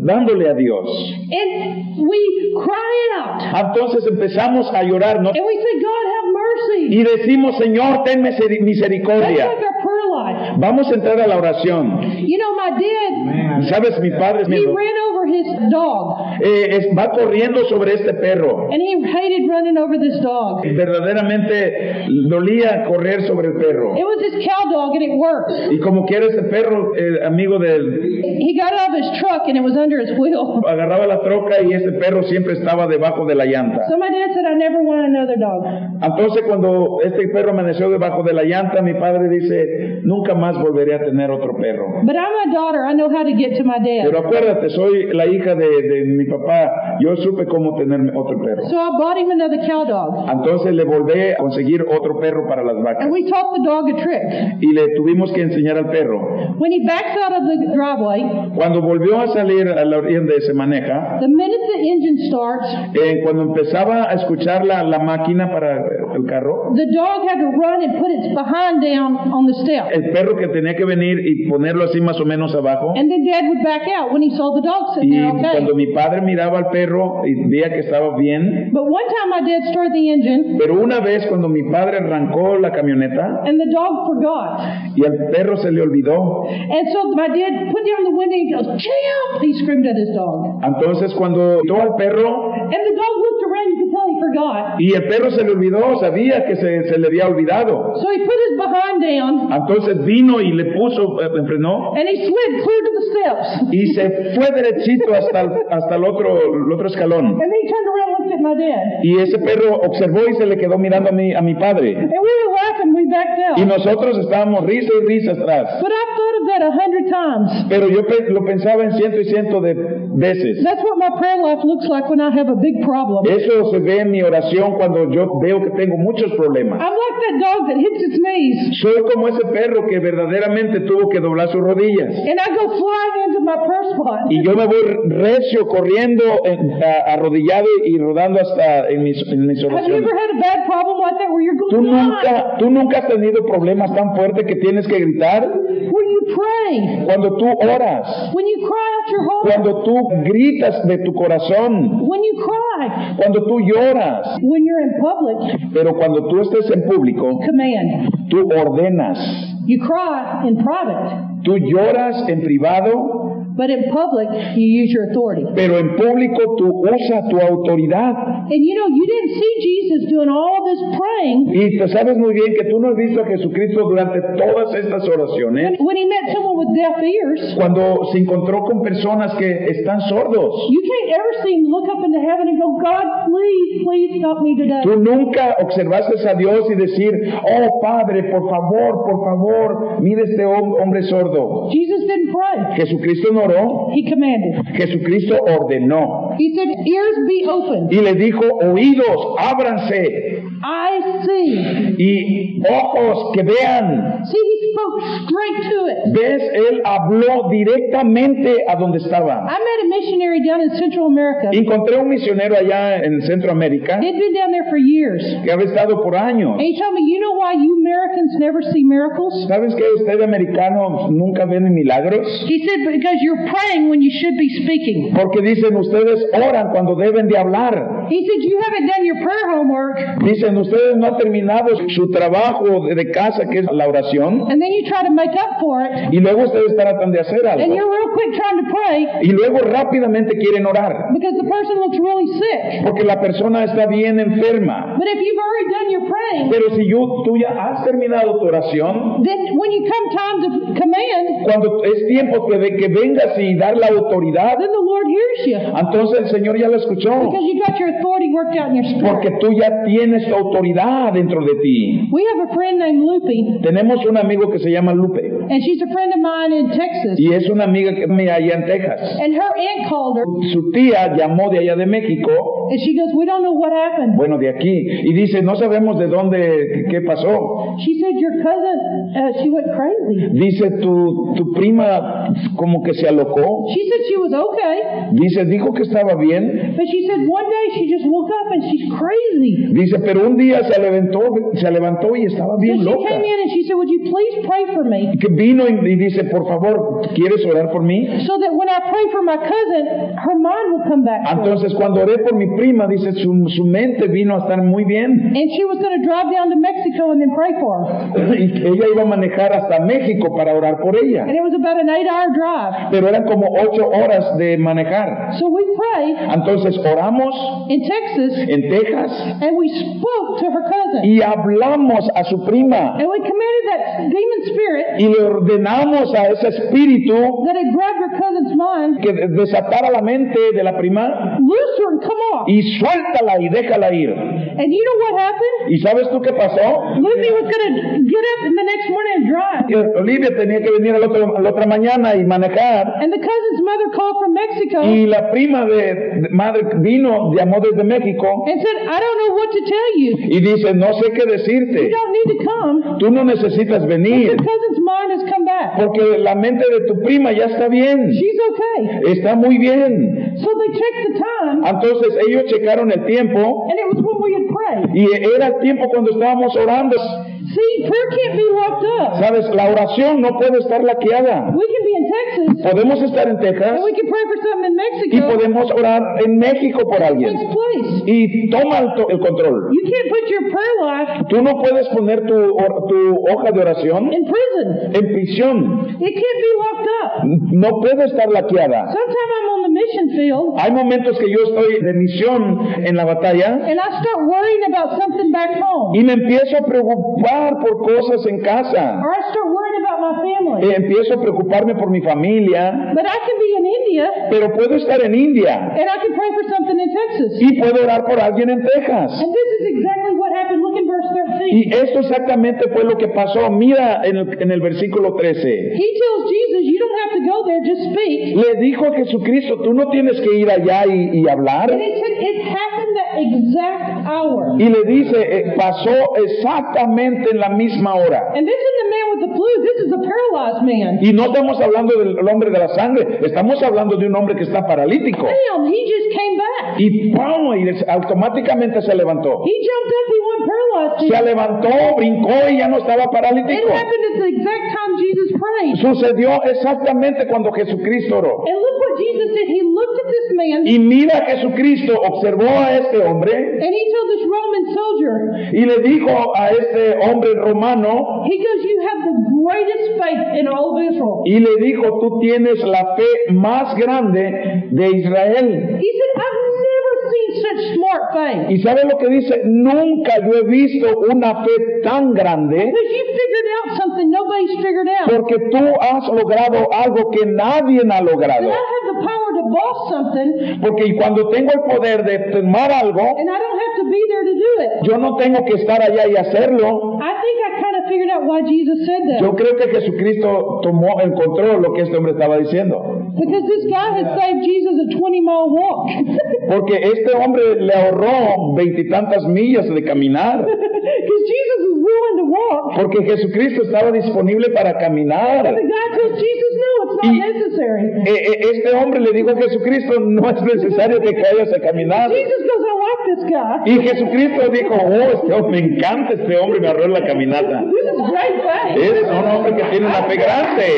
[SPEAKER 2] dándole a Dios.
[SPEAKER 1] And we cry out.
[SPEAKER 2] Entonces empezamos a llorar, ¿no?
[SPEAKER 1] And we say, God have mercy. please.
[SPEAKER 2] y decimos, Señor, ten miseri-
[SPEAKER 1] That's
[SPEAKER 2] misericordia.
[SPEAKER 1] like our prayer life.
[SPEAKER 2] Vamos a entrar a la oración.
[SPEAKER 1] You know, my dad,
[SPEAKER 3] Amén, aleluya.
[SPEAKER 2] Sabes, mi padre mi-
[SPEAKER 1] he ran over his dog,
[SPEAKER 2] eh, es- va corriendo sobre este perro.
[SPEAKER 1] and he hated running over this dog.
[SPEAKER 2] Verdaderamente dolía correr sobre el perro.
[SPEAKER 1] It was his cow dog, and it worked.
[SPEAKER 2] Y como quiera ese perro, eh, amigo del...
[SPEAKER 1] He got out of his truck, and it was under his wheel.
[SPEAKER 2] Agarraba la troca y ese perro siempre estaba debajo de la llanta.
[SPEAKER 1] So my dad said, I never want another dog.
[SPEAKER 2] Entonces cuando este perro amaneció debajo de la llanta, mi padre dice, nunca más volveré a tener otro perro.
[SPEAKER 1] But I'm a daughter. I know how to get to my dad.
[SPEAKER 2] Pero acuérdate, soy la hija de, de mi papá, yo supe cómo tener otro perro.
[SPEAKER 1] So I bought him another cow dog.
[SPEAKER 2] Entonces le volví a conseguir otro perro para las vacas.
[SPEAKER 1] And we taught the dog a trick.
[SPEAKER 2] Y le tuvimos que enseñar al perro.
[SPEAKER 1] When he backs out of the driveway,
[SPEAKER 2] Cuando volvió a salir a la orilla donde se maneja,
[SPEAKER 1] the minute the engine starts,
[SPEAKER 2] eh, cuando empezaba a escuchar la, la máquina para el carro,
[SPEAKER 1] the dog had to run and put its behind down on the step.
[SPEAKER 2] el perro que tenía que venir y ponerlo así más o menos abajo.
[SPEAKER 1] And then dad would back out when he saw the dog sitting
[SPEAKER 2] Y
[SPEAKER 1] there okay.
[SPEAKER 2] cuando mi padre miraba al perro y veía que estaba bien,
[SPEAKER 1] But one time my dad started the engine
[SPEAKER 2] pero una vez cuando mi padre arrancó la camioneta
[SPEAKER 1] and the dog forgot.
[SPEAKER 2] y al perro se le olvidó,
[SPEAKER 1] And so my dad put down the window and goes, Champ! He screamed at his dog.
[SPEAKER 2] Entonces cuando gritó al perro
[SPEAKER 1] And the dog looked around, you could tell he forgot.
[SPEAKER 2] y el perro se le olvidó, sabía que se, se le había olvidado.
[SPEAKER 1] So he put his behind down
[SPEAKER 2] Entonces vino y le puso, eh, frenó
[SPEAKER 1] and he slid clear to the steps.
[SPEAKER 2] y se fue derechito hasta el, hasta el otro, el otro escalón.
[SPEAKER 1] And then he turned around and looked at my dad.
[SPEAKER 2] Y ese perro observó y se le quedó mirando a mi, a mi padre.
[SPEAKER 1] And we were laughing, we backed out.
[SPEAKER 2] Y nosotros estábamos risa y risa atrás.
[SPEAKER 1] But I've thought of that a hundred times.
[SPEAKER 2] Pero yo pe- lo pensaba en ciento y ciento de veces.
[SPEAKER 1] That's what my prayer life looks like when I have a big problem.
[SPEAKER 2] Eso se ve en mi oración cuando yo veo que tengo muchos problemas.
[SPEAKER 1] I'm like that dog that hits its knees.
[SPEAKER 2] Soy como ese perro que verdaderamente tuvo que doblar sus rodillas.
[SPEAKER 1] And I go flying into my prayer spot.
[SPEAKER 2] Y yo me voy recio corriendo, en- a- arrodillado y rodando hasta en mis, en mis
[SPEAKER 1] Have you
[SPEAKER 2] oraciones.
[SPEAKER 1] ever had a bad problem like that where you're
[SPEAKER 2] ¿Tú
[SPEAKER 1] going on?
[SPEAKER 2] nunca, tú nunca has tenido problemas tan fuertes que tienes que gritar
[SPEAKER 1] When you pray,
[SPEAKER 2] cuando tú oras,
[SPEAKER 1] when you cry out your heart,
[SPEAKER 2] cuando tú gritas de tu corazón,
[SPEAKER 1] when you cry,
[SPEAKER 2] cuando tú lloras.
[SPEAKER 1] when you're in public,
[SPEAKER 2] Pero cuando tú estés en público,
[SPEAKER 1] command.
[SPEAKER 2] tú ordenas.
[SPEAKER 1] You cry in private,
[SPEAKER 2] Tú lloras en privado,
[SPEAKER 1] but in public, you use your authority.
[SPEAKER 2] pero en público tú usas tu autoridad.
[SPEAKER 1] And you know, you didn't see Jesus doing all this praying
[SPEAKER 2] Y tú sabes muy bien que tú no has visto a Jesucristo durante todas estas oraciones.
[SPEAKER 1] when he met someone with deaf ears.
[SPEAKER 2] cuando se encontró con personas que están sordos.
[SPEAKER 1] You can't ever see him look up into heaven and go, God, please, please help me today.
[SPEAKER 2] Tú nunca observaste a Dios y decir, oh Padre, por favor, por favor, mire este hom- hombre sordo.
[SPEAKER 1] Jesus didn't pray.
[SPEAKER 2] Jesucristo no oró,
[SPEAKER 1] He commanded.
[SPEAKER 2] Jesucristo ordenó
[SPEAKER 1] He said, ears be open.
[SPEAKER 2] y le dijo, oídos, ábranse
[SPEAKER 1] I see.
[SPEAKER 2] y ojos que vean.
[SPEAKER 1] See, he spoke straight to it.
[SPEAKER 2] ¿Ves? Él habló directamente a donde estaba.
[SPEAKER 1] I met a missionary down in Central America.
[SPEAKER 2] Encontré un misionero allá en Centroamérica
[SPEAKER 1] He'd been down there for years.
[SPEAKER 2] que había estado por años.
[SPEAKER 1] And he told me, you know why you Americans never see miracles?
[SPEAKER 2] ¿Sabes que usted americano nunca ven milagros?
[SPEAKER 1] He said, because you're praying when you should be speaking.
[SPEAKER 2] Porque dicen ustedes oran cuando deben de hablar.
[SPEAKER 1] He said, you haven't done your prayer homework.
[SPEAKER 2] Dicen ustedes no han terminado su trabajo de de casa que es la oración
[SPEAKER 1] And then you try to make up for it.
[SPEAKER 2] y luego ustedes tratan de hacer
[SPEAKER 1] And
[SPEAKER 2] algo
[SPEAKER 1] you're real quick trying to pray
[SPEAKER 2] y luego rápidamente quieren orar
[SPEAKER 1] because the person looks really sick.
[SPEAKER 2] porque la persona está bien enferma.
[SPEAKER 1] But if you've already done your praying,
[SPEAKER 2] Pero si yo, tú ya has terminado tu oración,
[SPEAKER 1] then when you come time to command,
[SPEAKER 2] cuando es tiempo que, de que vengas y dar la autoridad,
[SPEAKER 1] then the Lord hears you
[SPEAKER 2] entonces el Señor ya lo escuchó
[SPEAKER 1] because you got your authority worked out in your
[SPEAKER 2] porque
[SPEAKER 1] spirit.
[SPEAKER 2] tú ya tienes tu autoridad dentro de ti.
[SPEAKER 1] We have a friend named Loopy,
[SPEAKER 2] Tenemos un amigo que se llama Lupe
[SPEAKER 1] and she's a friend of mine in Texas.
[SPEAKER 2] y es una amiga que me allá en Texas.
[SPEAKER 1] And her aunt called her,
[SPEAKER 2] Su tía llamó de allá de México,
[SPEAKER 1] and she goes, "We don't know what happened."
[SPEAKER 2] bueno, de aquí, y dice, no sabemos de dónde, qué pasó.
[SPEAKER 1] She said, "Your cousin, uh, she went crazy."
[SPEAKER 2] Dice, tu, tu prima como que se alocó.
[SPEAKER 1] She said she was okay,
[SPEAKER 2] Dice, dijo que estaba bien.
[SPEAKER 1] but she said one day she just woke up and she's crazy.
[SPEAKER 2] Dice, pero un día se levantó, se levantó y estaba
[SPEAKER 1] So
[SPEAKER 2] bien
[SPEAKER 1] she
[SPEAKER 2] loca.
[SPEAKER 1] came in and she said, "Would you please pray for me?"
[SPEAKER 2] Que vino y, y dice, por favor, ¿quieres orar por mí?
[SPEAKER 1] so that when I pray for my cousin, her mind will come back. to her.
[SPEAKER 2] Entonces cuando oré por mi prima, dice, su, su mente vino a estar muy bien.
[SPEAKER 1] And she was going to drive down to Mexico and then pray for her.
[SPEAKER 2] Y ella iba a manejar hasta México para orar por ella.
[SPEAKER 1] And it was about an eight hour drive.
[SPEAKER 2] Pero eran como ocho horas de manejar.
[SPEAKER 1] So we prayed
[SPEAKER 2] Entonces oramos
[SPEAKER 1] in Texas
[SPEAKER 2] en Texas
[SPEAKER 1] and we spoke to her cousin.
[SPEAKER 2] y hablamos a su prima
[SPEAKER 1] And we commanded that demon spirit
[SPEAKER 2] y le ordenamos a ese espíritu
[SPEAKER 1] that had grabbed her cousin's mind,
[SPEAKER 2] que de- desatara la mente de la prima
[SPEAKER 1] loose her and come off.
[SPEAKER 2] y suéltala y déjala ir.
[SPEAKER 1] And you know what happened?
[SPEAKER 2] ¿Y sabes tú qué pasó?
[SPEAKER 1] Lucy was going to get up in the next morning and drive.
[SPEAKER 2] Que Olivia tenía que venir al otro- a la otra mañana y manejar.
[SPEAKER 1] And the cousin's mother called from Mexico
[SPEAKER 2] Y la prima de, de madre vino, llamó desde México
[SPEAKER 1] and said, I don't know what to tell you.
[SPEAKER 2] y dice, no sé qué
[SPEAKER 1] You
[SPEAKER 2] decirte.
[SPEAKER 1] don't need to come.
[SPEAKER 2] Tú no necesitas venir
[SPEAKER 1] Your cousin's mind has come back.
[SPEAKER 2] porque la mente de tu prima ya está bien.
[SPEAKER 1] She's okay.
[SPEAKER 2] Está muy bien.
[SPEAKER 1] So they checked the time,
[SPEAKER 2] Entonces ellos checaron el tiempo
[SPEAKER 1] and it was when we had prayed.
[SPEAKER 2] y era el tiempo cuando estábamos orando.
[SPEAKER 1] See, prayer can't be locked up.
[SPEAKER 2] Sabes, la oración no puede estar laqueada.
[SPEAKER 1] We can be in Texas,
[SPEAKER 2] Podemos estar en Texas
[SPEAKER 1] and we can pray for something in
[SPEAKER 2] y
[SPEAKER 1] Mexico.
[SPEAKER 2] podemos orar en México por alguien.
[SPEAKER 1] Takes place.
[SPEAKER 2] y toma el, to- el control.
[SPEAKER 1] You can't put your prayer life
[SPEAKER 2] Tú no puedes poner tu, or- tu hoja de oración
[SPEAKER 1] in prison.
[SPEAKER 2] en prisión.
[SPEAKER 1] It can't be locked up.
[SPEAKER 2] No puede estar laqueada.
[SPEAKER 1] Sometime I'm on the mission field,
[SPEAKER 2] Hay momentos que yo estoy de misión en la batalla
[SPEAKER 1] and I start worrying about something back home,
[SPEAKER 2] y me empiezo a preocupar por cosas en casa.
[SPEAKER 1] or I start worrying about my family.
[SPEAKER 2] Eh, empiezo a preocuparme por mi familia,
[SPEAKER 1] But I can be in India,
[SPEAKER 2] pero puedo estar en India
[SPEAKER 1] and I can pray for something in Texas.
[SPEAKER 2] y puedo orar por alguien en Texas.
[SPEAKER 1] And this is exactly what happened. Look in verse 13.
[SPEAKER 2] Y esto exactamente fue lo que pasó. Mira en el- en el versículo 13.
[SPEAKER 1] He tells Jesus, You don't have to go there, just speak.
[SPEAKER 2] Le dijo a Jesucristo, tú no tienes que ir allá y, y
[SPEAKER 1] And
[SPEAKER 2] hablar.
[SPEAKER 1] he said, It happened that exact hour.
[SPEAKER 2] Y le dice, eh, pasó exactamente en la misma hora.
[SPEAKER 1] And this isn't the man with the flu, this is a paralyzed man.
[SPEAKER 2] Y no estamos hablando del hombre de la sangre, estamos hablando de un hombre que está paralítico.
[SPEAKER 1] Bam! He just came back.
[SPEAKER 2] Y ¡pum! y es- automáticamente se levantó.
[SPEAKER 1] He jumped up, he went paralyzed.
[SPEAKER 2] Se levantó, brincó y ya no estaba
[SPEAKER 1] It
[SPEAKER 2] paralítico.
[SPEAKER 1] happened at the exact time Jesus prayed.
[SPEAKER 2] Sucedió exactamente cuando Jesucristo oró.
[SPEAKER 1] And look what Jesus did. He looked at this man
[SPEAKER 2] Y mira a Jesucristo, observó a este hombre
[SPEAKER 1] and he told this Roman soldier,
[SPEAKER 2] y le dijo a este hombre romano,
[SPEAKER 1] He goes, You have the greatest faith in all of Israel.
[SPEAKER 2] y le dijo, tú tienes la fe más grande de Israel.
[SPEAKER 1] He said, I've never seen such smart faith.
[SPEAKER 2] ¿Y sabe lo que dice? Nunca yo he visto una fe tan grande
[SPEAKER 1] Because you figured out something nobody's figured out.
[SPEAKER 2] porque tú has logrado algo que nadie ha
[SPEAKER 1] But
[SPEAKER 2] logrado.
[SPEAKER 1] I have the power to boss something,
[SPEAKER 2] Porque cuando tengo el poder de tomar algo,
[SPEAKER 1] and I don't have to be there to do it.
[SPEAKER 2] yo no tengo que estar allá y hacerlo.
[SPEAKER 1] I think I kind of figured out why Jesus said that.
[SPEAKER 2] Yo creo que Jesucristo tomó el control de lo que este hombre estaba diciendo.
[SPEAKER 1] Because this guy had saved Jesus a 20 mile walk.
[SPEAKER 2] Porque este hombre le ahorró veintitantas millas de caminar.
[SPEAKER 1] Because Jesus was willing to walk.
[SPEAKER 2] Porque Jesucristo estaba disponible para caminar.
[SPEAKER 1] The guy told Jesus, No, it's not
[SPEAKER 2] Y-
[SPEAKER 1] necessary.
[SPEAKER 2] Eh, eh, este hombre le dijo a Jesucristo, no es necesario que caigas a caminar.
[SPEAKER 1] Jesus goes, I like this guy.
[SPEAKER 2] Y Jesucristo dijo, oh, este hombre, me encanta este hombre, me ahorró la caminata.
[SPEAKER 1] This is great faith.
[SPEAKER 2] Es un hombre que tiene una fe grande.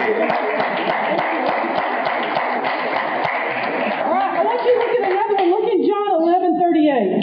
[SPEAKER 1] All right, I want you to look at another one. Look at John 11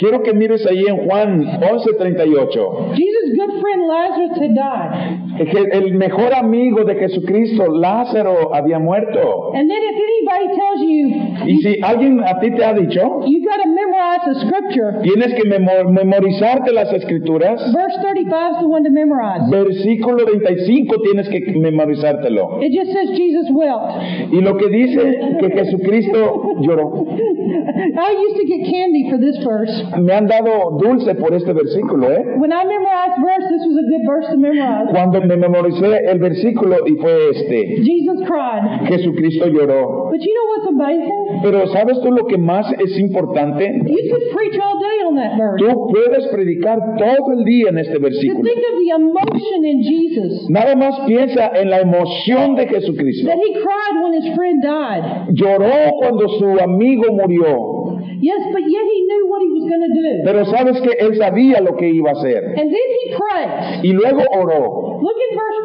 [SPEAKER 1] 38.
[SPEAKER 2] Quiero que mires ahí en Juan 11:38.
[SPEAKER 1] Jesus' good friend Lazarus had died.
[SPEAKER 2] Eh, que El mejor amigo de Jesucristo, Lázaro, había muerto.
[SPEAKER 1] And then if anybody tells you,
[SPEAKER 2] Y si alguien a ti te ha dicho,
[SPEAKER 1] you got to memorize the scripture.
[SPEAKER 2] tienes que memo- memorizarte las escrituras.
[SPEAKER 1] Verse 35 is the one to memorize.
[SPEAKER 2] Versículo 35 tienes que memorizártelo.
[SPEAKER 1] It just says Jesus wept.
[SPEAKER 2] Y lo que dice que Jesucristo lloró.
[SPEAKER 1] I used to get candy for this verse.
[SPEAKER 2] Me han dado dulce por este versículo, ¿eh?
[SPEAKER 1] When I memorized verse, this was a good verse to memorize.
[SPEAKER 2] Cuando me memoricé el versículo y fue este,
[SPEAKER 1] Jesus cried.
[SPEAKER 2] Jesucristo lloró.
[SPEAKER 1] But you know what's amazing?
[SPEAKER 2] Pero ¿sabes tú lo que más es importante?
[SPEAKER 1] You could preach all day on that verse.
[SPEAKER 2] Tú puedes predicar todo el día en este
[SPEAKER 1] To
[SPEAKER 2] versículo.
[SPEAKER 1] think of the emotion in Jesus
[SPEAKER 2] Nada más piensa en la emoción de Jesucristo.
[SPEAKER 1] that he cried when his friend died.
[SPEAKER 2] Lloró cuando su amigo murió.
[SPEAKER 1] You Yes, but yet he knew what he was going to do.
[SPEAKER 2] Pero sabes que él sabía lo que iba a hacer.
[SPEAKER 1] And then he prays.
[SPEAKER 2] Y luego oró.
[SPEAKER 1] Look at verse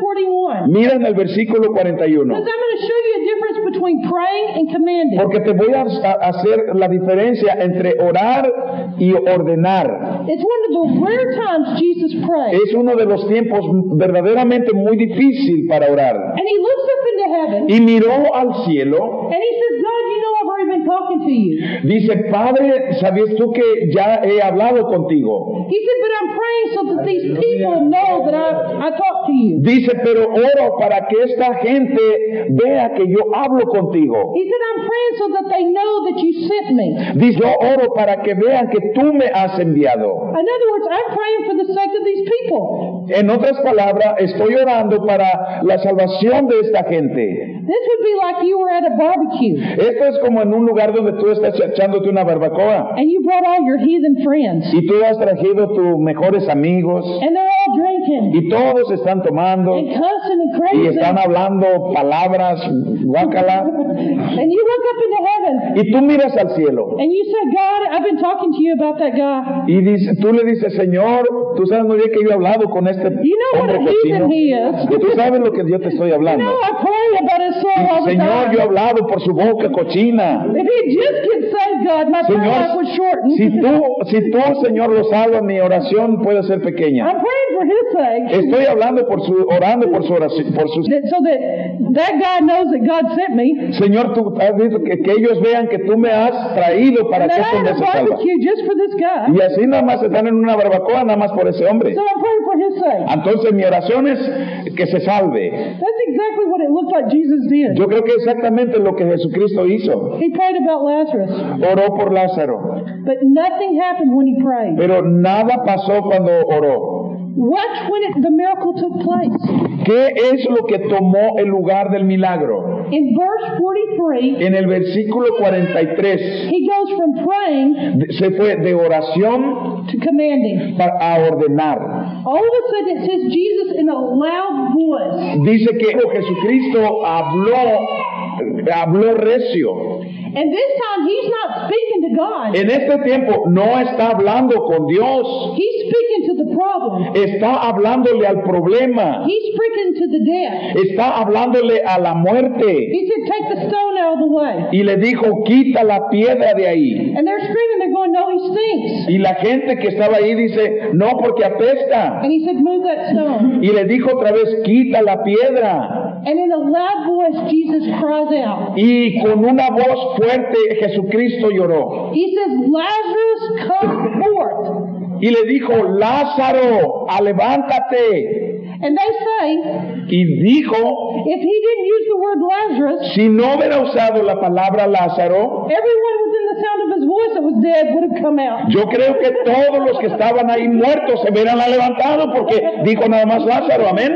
[SPEAKER 1] 41.
[SPEAKER 2] Mira en el versículo
[SPEAKER 1] Because
[SPEAKER 2] 41.
[SPEAKER 1] I'm going to show you a difference between praying and commanding.
[SPEAKER 2] Porque te voy a a- hacer la diferencia entre orar y ordenar.
[SPEAKER 1] It's one of the rare times Jesus prayed.
[SPEAKER 2] Es uno de los tiempos verdaderamente muy difícil para orar.
[SPEAKER 1] And he looks up into heaven
[SPEAKER 2] Y miró al cielo
[SPEAKER 1] and he says, God, you know I've already been talking to you.
[SPEAKER 2] Dice, Padre, ¿sabías tú que ya he hablado contigo?
[SPEAKER 1] He said, but I'm praying so that these people know that I, I talked to you.
[SPEAKER 2] Dice, pero oro para que esta gente vea que yo hablo contigo.
[SPEAKER 1] He said, I'm praying so that they know that you sent me.
[SPEAKER 2] Dice, yo oro para que vean que tú me has enviado.
[SPEAKER 1] In other words, I'm praying for the sake of these people.
[SPEAKER 2] En otras palabras, estoy orando para la salvación de esta gente.
[SPEAKER 1] This would be like you were at a barbecue
[SPEAKER 2] Esto es como en un lugar donde tú estás echándote una barbacoa
[SPEAKER 1] and you brought all your heathen friends
[SPEAKER 2] y tú has traído tus mejores amigos
[SPEAKER 1] and they're all drinking
[SPEAKER 2] y todos están tomando
[SPEAKER 1] and cussing and
[SPEAKER 2] y
[SPEAKER 1] crazy.
[SPEAKER 2] están hablando palabras guácala.
[SPEAKER 1] And you look up into heaven
[SPEAKER 2] Y tú miras al cielo
[SPEAKER 1] and you say, God, I've been talking to you about that guy.
[SPEAKER 2] y dice, tú le dices, Señor, tú sabes muy bien que yo he hablado con
[SPEAKER 1] You
[SPEAKER 2] este
[SPEAKER 1] know what
[SPEAKER 2] hombre
[SPEAKER 1] a heathen
[SPEAKER 2] cochino.
[SPEAKER 1] he is.
[SPEAKER 2] Y tú sabes lo que yo te estoy
[SPEAKER 1] You
[SPEAKER 2] hablando.
[SPEAKER 1] know I pray about his soul all the
[SPEAKER 2] Señor, yo he
[SPEAKER 1] time.
[SPEAKER 2] hablado por su boca cochina.
[SPEAKER 1] If he just gets saved, God, my prayer life
[SPEAKER 2] Señor,
[SPEAKER 1] would shorten.
[SPEAKER 2] si tú, si tú, Señor, lo salvas, mi oración puede ser pequeña.
[SPEAKER 1] I'm praying for his sake.
[SPEAKER 2] Estoy hablando por su, orando por su oración, por su...
[SPEAKER 1] That, so that that guy knows that God sent me.
[SPEAKER 2] Señor, tú has dicho que, que ellos vean que tú me has traído para
[SPEAKER 1] And
[SPEAKER 2] que
[SPEAKER 1] that I had
[SPEAKER 2] este hombre
[SPEAKER 1] a
[SPEAKER 2] se salva.
[SPEAKER 1] barbecue just for this guy.
[SPEAKER 2] Y así nada más están en una barbacoa, nada más por ese hombre.
[SPEAKER 1] So I'm praying for his sake.
[SPEAKER 2] Entonces mi oración es que se salve.
[SPEAKER 1] That's exactly what it looked like Jesus did.
[SPEAKER 2] Yo creo que exactamente lo que Jesucristo hizo.
[SPEAKER 1] He prayed about Lazarus,
[SPEAKER 2] Oró por Lázaro,
[SPEAKER 1] but nothing happened when he prayed.
[SPEAKER 2] pero nada pasó cuando oró.
[SPEAKER 1] Watch when it, the miracle took place.
[SPEAKER 2] ¿Qué es lo que tomó el lugar del milagro?
[SPEAKER 1] In verse 43,
[SPEAKER 2] En el versículo 43
[SPEAKER 1] he goes from praying
[SPEAKER 2] de- se fue de oración
[SPEAKER 1] to commanding.
[SPEAKER 2] pa- a ordenar.
[SPEAKER 1] All of a sudden, it says Jesus in a loud voice.
[SPEAKER 2] Dice que "Oh, Jesucristo habló, habló recio.
[SPEAKER 1] And this time, he's not speaking to God,
[SPEAKER 2] En este tiempo no está hablando con Dios,
[SPEAKER 1] he's speaking to the problem,
[SPEAKER 2] está hablándole al problema,
[SPEAKER 1] he's speaking to the death.
[SPEAKER 2] está hablándole a la muerte.
[SPEAKER 1] He said, Take the stone out of the way.
[SPEAKER 2] y le dijo, quita la piedra de ahí.
[SPEAKER 1] And they're screaming, they're going, No, he stinks.
[SPEAKER 2] Y la gente que estaba ahí dice, no, porque apesta.
[SPEAKER 1] And he said, Move that stone.
[SPEAKER 2] Y le dijo otra vez, quita la piedra.
[SPEAKER 1] And in a loud voice, Jesus cries out.
[SPEAKER 2] Y con una voz fuerte Jesucristo lloró.
[SPEAKER 1] He says, Lazarus, come forth.
[SPEAKER 2] Y le dijo, Lázaro, ah, levántate.
[SPEAKER 1] And they say,
[SPEAKER 2] Y dijo,
[SPEAKER 1] if he didn't use the word Lazarus,
[SPEAKER 2] si no hubiera usado la palabra Lázaro,
[SPEAKER 1] everyone within the sound of his voice that was dead would have come out.
[SPEAKER 2] yo creo que todos los que estaban ahí muertos se hubieran levantado porque dijo nada más Lázaro, amén.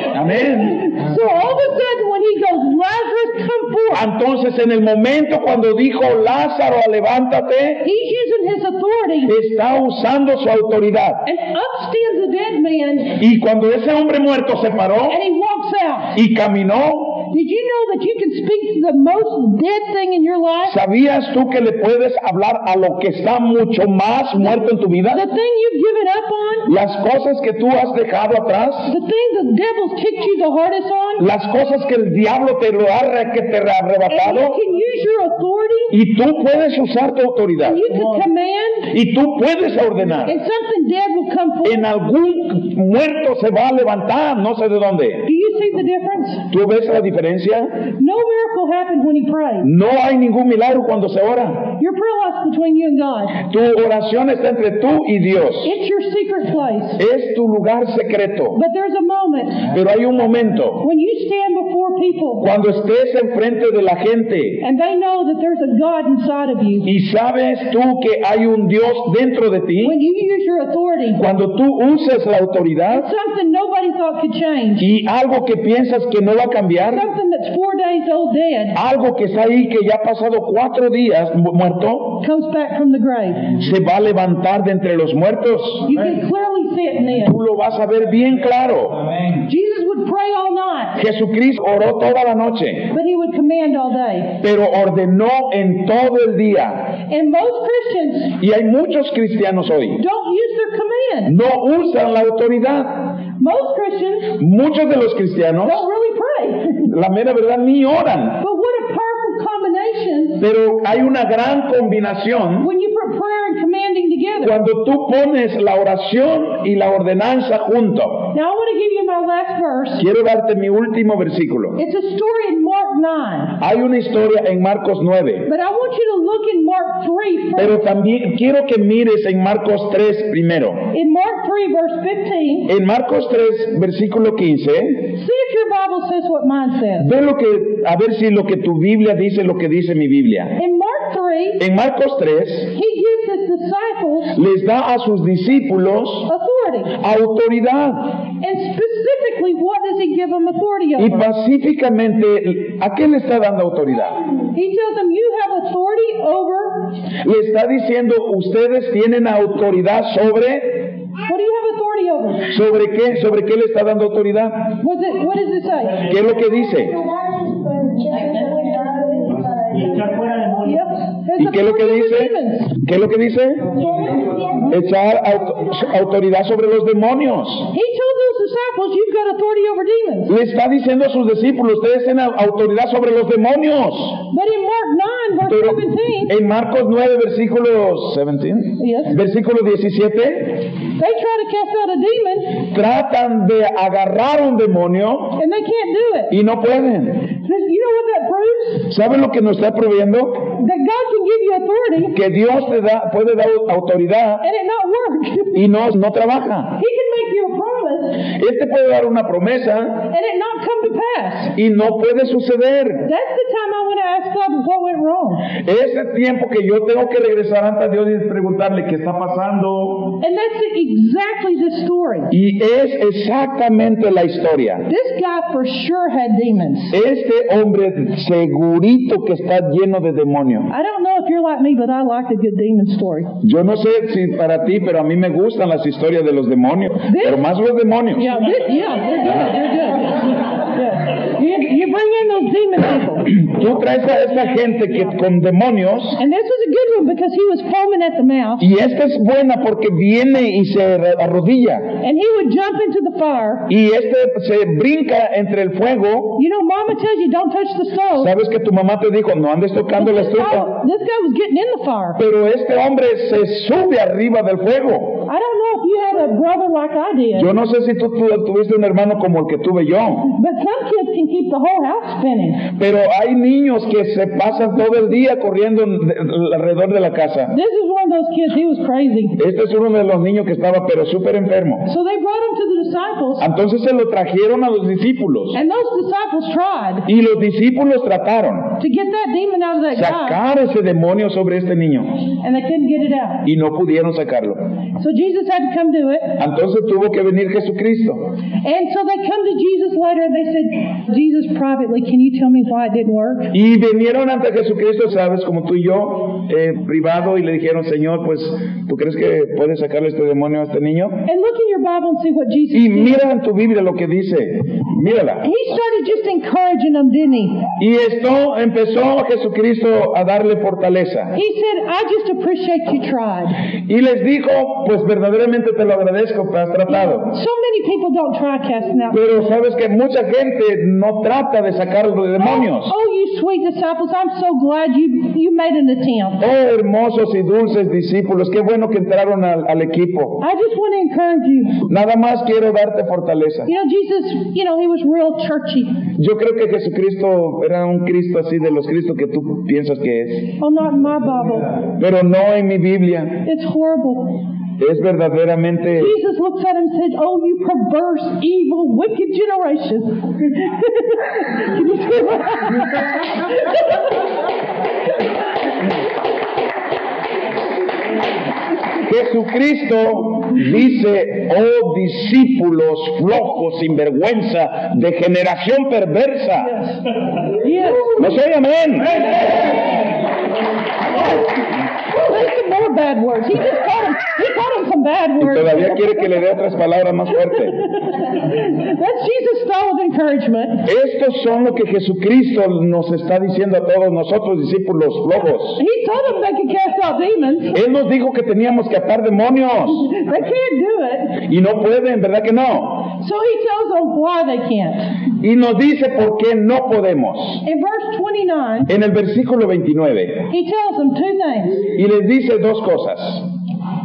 [SPEAKER 2] Amén.
[SPEAKER 1] So all of a sudden, when he goes, Lazarus, come forth,
[SPEAKER 2] Entonces en el momento cuando dijo Lázaro, levántate,
[SPEAKER 1] he's using his authority.
[SPEAKER 2] está usando su autoridad.
[SPEAKER 1] And up stands the dead man,
[SPEAKER 2] Y cuando ese hombre muerto se paró
[SPEAKER 1] and he walks out.
[SPEAKER 2] y caminó,
[SPEAKER 1] Did you know that you can speak to the most dead thing in your life?
[SPEAKER 2] ¿sabías tú que le puedes hablar a lo que está mucho más muerto en tu
[SPEAKER 1] The
[SPEAKER 2] vida?
[SPEAKER 1] thing you've given up on?
[SPEAKER 2] Las cosas que tú has dejado atrás,
[SPEAKER 1] The thing the devil's kicked you the hardest on?
[SPEAKER 2] las cosas que el diablo te lo ha re- que te ha
[SPEAKER 1] And you
[SPEAKER 2] arrebatado,
[SPEAKER 1] can use your authority.
[SPEAKER 2] y tú puedes usar tu autoridad.
[SPEAKER 1] You can command,
[SPEAKER 2] Y tú puedes ordenar.
[SPEAKER 1] and something dead will come
[SPEAKER 2] En
[SPEAKER 1] forth.
[SPEAKER 2] algún muerto se va a levantar, no sé de dónde.
[SPEAKER 1] Do you see the difference?
[SPEAKER 2] ¿Tú ves la diferencia?
[SPEAKER 1] No miracle happened when he prayed.
[SPEAKER 2] No hay ningún milagro cuando se ora.
[SPEAKER 1] Your prayer life's between you and God.
[SPEAKER 2] Tu oración está entre tú y Dios.
[SPEAKER 1] It's your secret place.
[SPEAKER 2] Es tu lugar secreto.
[SPEAKER 1] But there's a moment
[SPEAKER 2] Pero hay un momento
[SPEAKER 1] when you stand before people
[SPEAKER 2] cuando estés enfrente de la gente
[SPEAKER 1] and they know that there's a God inside of you.
[SPEAKER 2] y sabes tú que hay un Dios dentro de ti,
[SPEAKER 1] When you use your authority,
[SPEAKER 2] cuando tú usas la autoridad
[SPEAKER 1] something nobody thought could change,
[SPEAKER 2] y algo que piensas que no va a cambiar,
[SPEAKER 1] something that's four days old dead,
[SPEAKER 2] algo que está ahí que ya ha pasado cuatro días mu- muerto,
[SPEAKER 1] comes back from the grave.
[SPEAKER 2] se va a levantar de entre los muertos.
[SPEAKER 1] You can clearly see it
[SPEAKER 2] Tú
[SPEAKER 1] then.
[SPEAKER 2] lo vas a ver bien claro.
[SPEAKER 3] Amén.
[SPEAKER 1] Jesus would pray all night,
[SPEAKER 2] Jesucristo oró toda la noche,
[SPEAKER 1] but he would command all day.
[SPEAKER 2] pero ordenó en todo el día.
[SPEAKER 1] And most Christians
[SPEAKER 2] Y hay muchos cristianos hoy.
[SPEAKER 1] don't use their command.
[SPEAKER 2] No usan la autoridad.
[SPEAKER 1] Most Christians
[SPEAKER 2] Muchos de los cristianos,
[SPEAKER 1] don't really pray.
[SPEAKER 2] la mera verdad, ni oran.
[SPEAKER 1] but what a powerful combination
[SPEAKER 2] Pero hay una gran combinación
[SPEAKER 1] when you put prayer and commanding together.
[SPEAKER 2] cuando tú pones la oración y la ordenanza junto.
[SPEAKER 1] Now I want to give you my last verse.
[SPEAKER 2] Quiero darte mi último versículo.
[SPEAKER 1] It's a story in Mark 9.
[SPEAKER 2] Hay una historia en Marcos 9,
[SPEAKER 1] But I want you to look in Mark 3 first.
[SPEAKER 2] pero también quiero que mires en Marcos 3 primero.
[SPEAKER 1] In Mark 3, verse 15,
[SPEAKER 2] En Marcos 3, versículo 15,
[SPEAKER 1] see if your Bible says what mine says.
[SPEAKER 2] ve lo que, a ver si lo que tu Biblia dice lo que dice mi Biblia.
[SPEAKER 1] In Mark 3,
[SPEAKER 2] En Marcos
[SPEAKER 1] he
[SPEAKER 2] 3,
[SPEAKER 1] gives his disciples
[SPEAKER 2] les da a sus discípulos
[SPEAKER 1] authority.
[SPEAKER 2] autoridad
[SPEAKER 1] And specifically, what does he give them authority
[SPEAKER 2] y
[SPEAKER 1] over?
[SPEAKER 2] pacíficamente, ¿a qué le está dando autoridad?
[SPEAKER 1] He tells them, You have authority over.
[SPEAKER 2] Le está diciendo, ustedes tienen autoridad sobre,
[SPEAKER 1] What do you have authority over?
[SPEAKER 2] sobre qué, sobre qué le está dando autoridad.
[SPEAKER 1] What does it, what does it say?
[SPEAKER 2] ¿Qué es lo que dice?
[SPEAKER 3] Y echar fuera demonios.
[SPEAKER 1] Yep. It's
[SPEAKER 2] ¿Y qué es lo que
[SPEAKER 1] authority over
[SPEAKER 2] dice?
[SPEAKER 1] demons.
[SPEAKER 2] ¿Qué es lo que dice? Echar auto- autoridad sobre los demonios.
[SPEAKER 1] He told those disciples, You've got authority over demons.
[SPEAKER 2] Le está diciendo a sus discípulos, ustedes tienen autoridad sobre los demonios.
[SPEAKER 1] But in Mark 9, verse
[SPEAKER 2] Pero
[SPEAKER 1] 17,
[SPEAKER 2] en Marcos 9, versículo 17,
[SPEAKER 1] Yes.
[SPEAKER 2] versículo 17,
[SPEAKER 1] they try to cast out a demon
[SPEAKER 2] tratan de agarrar un demonio
[SPEAKER 1] and they can't do it.
[SPEAKER 2] y no pueden.
[SPEAKER 1] You know what that proves?
[SPEAKER 2] ¿Saben lo que nos está prohibiendo?
[SPEAKER 1] That God can give you authority
[SPEAKER 2] Que Dios te da, puede dar autoridad
[SPEAKER 1] and it not work. he
[SPEAKER 2] y no, no
[SPEAKER 1] can
[SPEAKER 2] trabaja.
[SPEAKER 1] make you a promise
[SPEAKER 2] Él te puede dar una promesa
[SPEAKER 1] and it not come to pass.
[SPEAKER 2] y no puede suceder.
[SPEAKER 1] That's the time I want to ask God what went wrong.
[SPEAKER 2] Ese tiempo que yo tengo que regresar ante Dios y preguntarle qué está pasando.
[SPEAKER 1] And that's exactly the story.
[SPEAKER 2] Y es exactamente la historia.
[SPEAKER 1] This guy for sure had demons.
[SPEAKER 2] Este hombre segurito que está lleno de demonios.
[SPEAKER 1] I don't know if you're like me, but I like a good demon story.
[SPEAKER 2] Yo no sé si para ti, pero a mí me gustan las historias de los demonios. Pero más los demonios.
[SPEAKER 1] Yeah, thi- yeah, they're good. They're good. Yeah. You, you bring in those demon people.
[SPEAKER 2] Tú traes a esta gente que con demonios.
[SPEAKER 1] And this was a good one because he was foaming at the mouth
[SPEAKER 2] Y esta es buena porque viene y se arro- arrodilla.
[SPEAKER 1] and he would jump into the fire.
[SPEAKER 2] Y este se brinca entre el fuego.
[SPEAKER 1] You know, mama tells you don't touch the stove.
[SPEAKER 2] Sabes que tu mamá te dijo, no andes tocando la
[SPEAKER 1] This guy,
[SPEAKER 2] estufa.
[SPEAKER 1] this guy was getting in the fire.
[SPEAKER 2] Pero este hombre se sube arriba del fuego.
[SPEAKER 1] I don't know if you had a brother like I did,
[SPEAKER 2] Yo no sé si tú, tu- tuviste un hermano como el que tuve yo,
[SPEAKER 1] but some kids can keep the whole house spinning.
[SPEAKER 2] pero hay niños que se pasan todo el día corriendo en- de- alrededor de la casa.
[SPEAKER 1] This is one of those kids, he was crazy.
[SPEAKER 2] Este es uno de los niños que estaba pero súper enfermo.
[SPEAKER 1] So they brought him to the disciples,
[SPEAKER 2] Entonces se lo trajeron a los discípulos
[SPEAKER 1] and those disciples tried
[SPEAKER 2] y los discípulos trataron
[SPEAKER 1] to get that demon out of that guy,
[SPEAKER 2] sacar ese demonio sobre este niño
[SPEAKER 1] and they couldn't get it out.
[SPEAKER 2] y no pudieron sacarlo.
[SPEAKER 1] So Jesus had to come do it.
[SPEAKER 2] Entonces tuvo que venir Jesucristo.
[SPEAKER 1] And so they come to Jesus later and they said, Jesus, privately, can you tell me why it didn't work?
[SPEAKER 2] Y vinieron ante Jesucristo, sabes, como tú y yo, eh, privado, y le dijeron, Señor, pues, ¿tú crees que puedes sacarle este demonio a este niño?
[SPEAKER 1] And look in your Bible and see what Jesus
[SPEAKER 2] Y
[SPEAKER 1] did.
[SPEAKER 2] mira en tu Biblia lo que dice, mírala.
[SPEAKER 1] He started just encouraging them, didn't he?
[SPEAKER 2] Y esto empezó Jesucristo a darle fortaleza.
[SPEAKER 1] He said, I just appreciate you tried.
[SPEAKER 2] Y les dijo, pues verdaderamente te lo agradezco, que has tratado.
[SPEAKER 1] So many people don't try casting out.
[SPEAKER 2] Pero sabes que mucha gente no trata de sacar los demonios.
[SPEAKER 1] Oh, you sweet disciples, I'm so glad you, you made an attempt.
[SPEAKER 2] Oh, hermosos y dulces discípulos, qué bueno que entraron al, al equipo.
[SPEAKER 1] I just want to encourage you.
[SPEAKER 2] Nada más quiero darte fortaleza.
[SPEAKER 1] You know, Jesus, you know, he was real churchy.
[SPEAKER 2] Yo creo que Jesucristo era un Cristo así de los Cristos que tú piensas que es,
[SPEAKER 1] Oh, not in my Bible.
[SPEAKER 2] pero no en mi Biblia.
[SPEAKER 1] It's horrible.
[SPEAKER 2] Es verdaderamente
[SPEAKER 1] Jesus looks at him and said, Oh, you perverse, evil, wicked generation. Can you see
[SPEAKER 2] Jesucristo dice, oh discípulos flojos, sinvergüenza, de generación perversa.
[SPEAKER 1] Yes.
[SPEAKER 2] No soy amén.
[SPEAKER 1] There's some more bad words. He just called him, he called him some bad
[SPEAKER 2] Y
[SPEAKER 1] word.
[SPEAKER 2] todavía quiere que le dé otras palabras más fuertes.
[SPEAKER 1] That's Jesus' style of encouragement.
[SPEAKER 2] Estos son lo que Jesucristo nos está diciendo a todos nosotros, discípulos flojos.
[SPEAKER 1] He told them they could cast out demons.
[SPEAKER 2] Él nos dijo que teníamos que atar demonios
[SPEAKER 1] They can't do it.
[SPEAKER 2] y no pueden, ¿verdad que no?
[SPEAKER 1] So he tells them why they can't.
[SPEAKER 2] Y nos dice por qué no podemos.
[SPEAKER 1] In verse 29,
[SPEAKER 2] En el versículo 29,
[SPEAKER 1] he tells them two things.
[SPEAKER 2] y les dice dos cosas.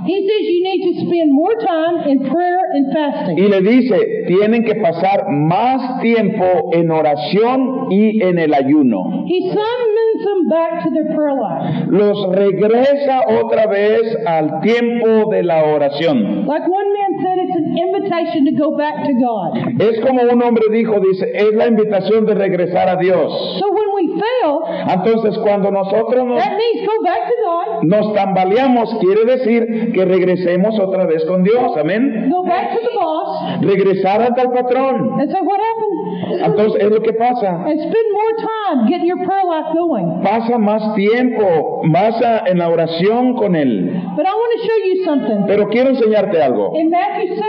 [SPEAKER 1] He says you need to spend more time in prayer and fasting.
[SPEAKER 2] Y le dice, tienen que pasar más tiempo en oración y en el ayuno.
[SPEAKER 1] He summons them back to their prayer life.
[SPEAKER 2] Los regresa otra vez al tiempo de la oración.
[SPEAKER 1] Like one man said, it's an invitation to go back to God.
[SPEAKER 2] Es como un hombre dijo, dice, es la invitación de regresar a Dios.
[SPEAKER 1] So when we fail,
[SPEAKER 2] Entonces, cuando nosotros nos,
[SPEAKER 1] that means go back to God,
[SPEAKER 2] nos tambaleamos, quiere decir que regresemos otra vez con Dios. Amén.
[SPEAKER 1] go back to the boss,
[SPEAKER 2] Regresar hasta el patrón.
[SPEAKER 1] and say, What happened?
[SPEAKER 2] Entonces, es lo que pasa.
[SPEAKER 1] And spend more time getting your prayer life going.
[SPEAKER 2] Pasa más tiempo, más ah, en la oración con Él.
[SPEAKER 1] But I want to show you something.
[SPEAKER 2] Pero quiero enseñarte algo.
[SPEAKER 1] In Matthew 17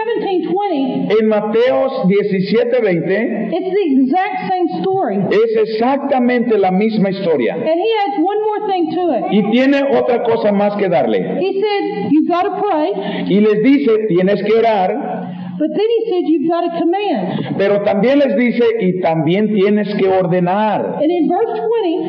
[SPEAKER 1] 20,
[SPEAKER 2] En Mateos 17:20
[SPEAKER 1] it's the exact same story. And
[SPEAKER 2] es exactamente la misma historia.
[SPEAKER 1] he adds one more thing to it.
[SPEAKER 2] Y tiene otra cosa más que darle.
[SPEAKER 1] He said, You've got to pray,
[SPEAKER 2] Y les dice, tienes que orar,
[SPEAKER 1] but then he said, You've got to command.
[SPEAKER 2] Pero también les dice, y también tienes que ordenar.
[SPEAKER 1] And in verse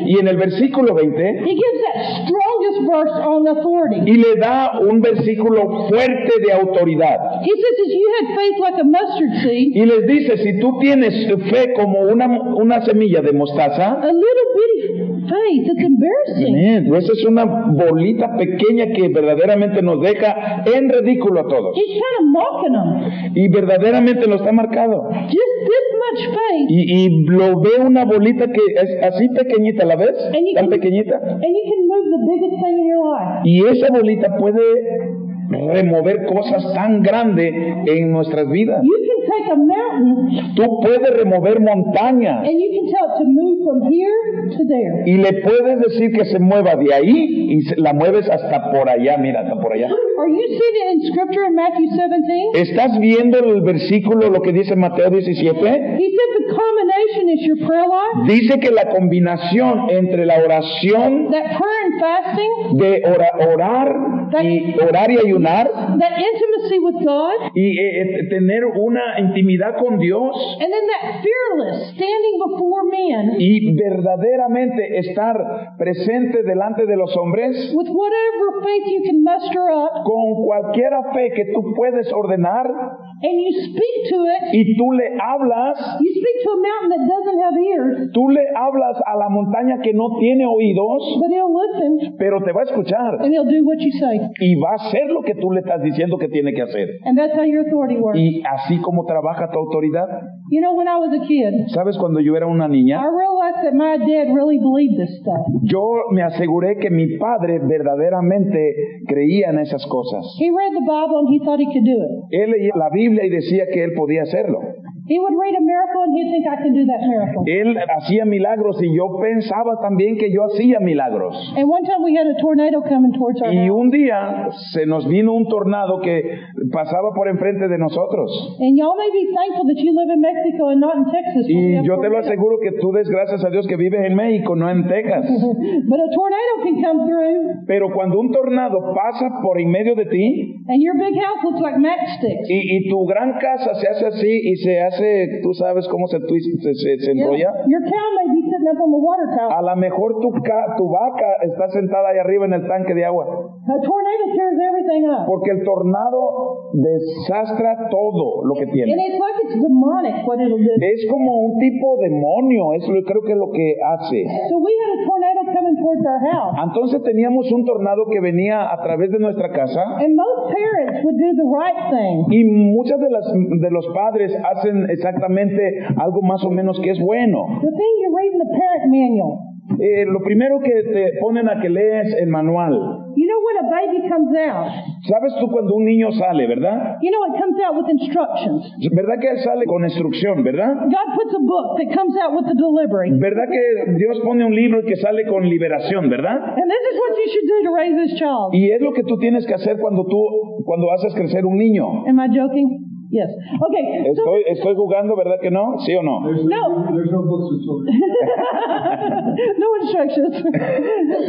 [SPEAKER 1] 20,
[SPEAKER 2] Y en el versículo 20,
[SPEAKER 1] he gives that strongest verse on authority.
[SPEAKER 2] y le da un versículo fuerte de autoridad.
[SPEAKER 1] He says, If you had faith like a mustard seed,
[SPEAKER 2] Y les dice, si tú tienes fe como una, una semilla de mostaza,
[SPEAKER 1] A little bitty faith. It's embarrassing.
[SPEAKER 2] amén, pues es una bolita pequeña que verdaderamente nos deja en ridículo a todos.
[SPEAKER 1] He's kind of mocking them.
[SPEAKER 2] Y verdaderamente lo está marcado.
[SPEAKER 1] Just this much faith,
[SPEAKER 2] Y, y lo ve una bolita que es así pequeñita, ¿la ves? Tan pequeñita.
[SPEAKER 1] and you can move the biggest thing in your life.
[SPEAKER 2] Y esa bolita puede remover cosas tan grandes en nuestras vidas.
[SPEAKER 1] You can take a mountain
[SPEAKER 2] Tú puedes remover montañas
[SPEAKER 1] and you can tell it to move from here to there.
[SPEAKER 2] y le puedes decir que se mueva de ahí y se- la mueves hasta por allá, mira, hasta por allá.
[SPEAKER 1] Are you seeing it in Scripture in Matthew 17?
[SPEAKER 2] ¿Estás viendo el versículo, lo que dice Mateo 17?
[SPEAKER 1] He said the combination is your prayer life,
[SPEAKER 2] Dice que la combinación entre la oración
[SPEAKER 1] that prayer and fasting,
[SPEAKER 2] de ora- orar y orar y ayunar
[SPEAKER 1] that intimacy with God,
[SPEAKER 2] y eh, eh, tener una intimidad con Dios
[SPEAKER 1] and then that fearless standing before men
[SPEAKER 2] y verdaderamente estar presente delante de los hombres
[SPEAKER 1] with whatever faith you can muster up
[SPEAKER 2] con cualquier fe que tú puedes ordenar
[SPEAKER 1] and you speak to it
[SPEAKER 2] y tú le hablas,
[SPEAKER 1] You speak to a mountain that doesn't have ears,
[SPEAKER 2] tú le hablas a la montaña que no tiene oídos,
[SPEAKER 1] but he'll listen
[SPEAKER 2] pero te va a escuchar
[SPEAKER 1] and he'll do what you say.
[SPEAKER 2] y va a hacer lo que tú le estás diciendo que tiene que hacer.
[SPEAKER 1] And that's how your authority works.
[SPEAKER 2] Y así como trabaja tu autoridad,
[SPEAKER 1] You know, when I was a kid,
[SPEAKER 2] ¿sabes cuando yo era una
[SPEAKER 1] I
[SPEAKER 2] niña?
[SPEAKER 1] realized that my dad really believed this stuff.
[SPEAKER 2] Yo me aseguré que mi padre verdaderamente creía en esas cosas.
[SPEAKER 1] He read the Bible and he thought he could do it.
[SPEAKER 2] Él leía la Biblia y decía que él podía hacerlo.
[SPEAKER 1] He would read a miracle and he'd think, I can do that miracle.
[SPEAKER 2] Él hacía milagros y yo pensaba también que yo hacía milagros.
[SPEAKER 1] And one time we had a tornado coming towards our
[SPEAKER 2] Y
[SPEAKER 1] house.
[SPEAKER 2] un día se nos vino un tornado que pasaba por enfrente de nosotros.
[SPEAKER 1] And y'all may be thankful that you live in Mexico and not in Texas. when we
[SPEAKER 2] Y
[SPEAKER 1] have
[SPEAKER 2] yo te lo
[SPEAKER 1] tornadoes.
[SPEAKER 2] aseguro que tú des gracias a Dios que vives en México, no en Texas.
[SPEAKER 1] But a tornado can come through
[SPEAKER 2] Pero cuando un tornado pasa por en medio de ti
[SPEAKER 1] and your big house looks like matchsticks.
[SPEAKER 2] y, y tu gran casa se hace así y se hace, tú sabes cómo se, twist- se, se- se enrolla,
[SPEAKER 1] Your cow may be sitting up on the water tower.
[SPEAKER 2] a lo mejor tu, ca- tu vaca está sentada ahí arriba en el tanque de agua.
[SPEAKER 1] A tornado tears everything up.
[SPEAKER 2] Porque el tornado desastra todo lo que
[SPEAKER 1] And
[SPEAKER 2] tiene.
[SPEAKER 1] it's like it's demonic what it'll do.
[SPEAKER 2] Es como un tipo demonio, es lo, creo que es lo que hace.
[SPEAKER 1] So we had a tornado coming towards our house.
[SPEAKER 2] Entonces teníamos un tornado que venía a través de nuestra casa
[SPEAKER 1] And most parents would do the right thing.
[SPEAKER 2] y muchas de las de los padres hacen exactamente algo más o menos que es bueno.
[SPEAKER 1] The thing you read in the parent manual.
[SPEAKER 2] Eh, lo primero que te ponen a que lees el manual.
[SPEAKER 1] You know when a baby comes out.
[SPEAKER 2] ¿Sabes tú cuando un niño sale, verdad?
[SPEAKER 1] You know, it comes out with instructions.
[SPEAKER 2] ¿Verdad que él sale con instrucción, verdad?
[SPEAKER 1] God puts a book that comes out with the delivery.
[SPEAKER 2] ¿Verdad que Dios pone un libro y que sale con liberación, verdad?
[SPEAKER 1] And this is what you should do to raise this child.
[SPEAKER 2] Y es lo que tú tienes que hacer cuando tú cuando haces crecer un niño.
[SPEAKER 1] Am I joking? Yes. Okay. So,
[SPEAKER 2] Estoy estoy jugando, ¿verdad que no? ¿Sí o no?
[SPEAKER 4] There's
[SPEAKER 1] No.
[SPEAKER 4] There's no books for children.
[SPEAKER 1] no instructions.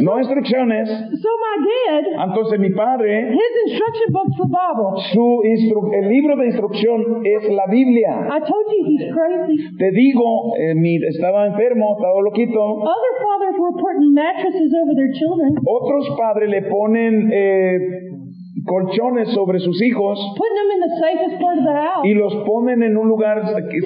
[SPEAKER 2] No instrucciones.
[SPEAKER 1] so my dad,
[SPEAKER 2] Entonces mi padre,
[SPEAKER 1] his instruction book's the Bible.
[SPEAKER 2] su instru- el libro de instrucción es la Biblia.
[SPEAKER 1] I told you he's crazy.
[SPEAKER 2] Te digo, eh, mi- estaba enfermo, estaba loquito.
[SPEAKER 1] Other fathers were putting mattresses over their children,
[SPEAKER 2] Otros padres le ponen eh, colchones sobre sus hijos
[SPEAKER 1] putting them in the safest part of the house.
[SPEAKER 2] y los ponen en un lugar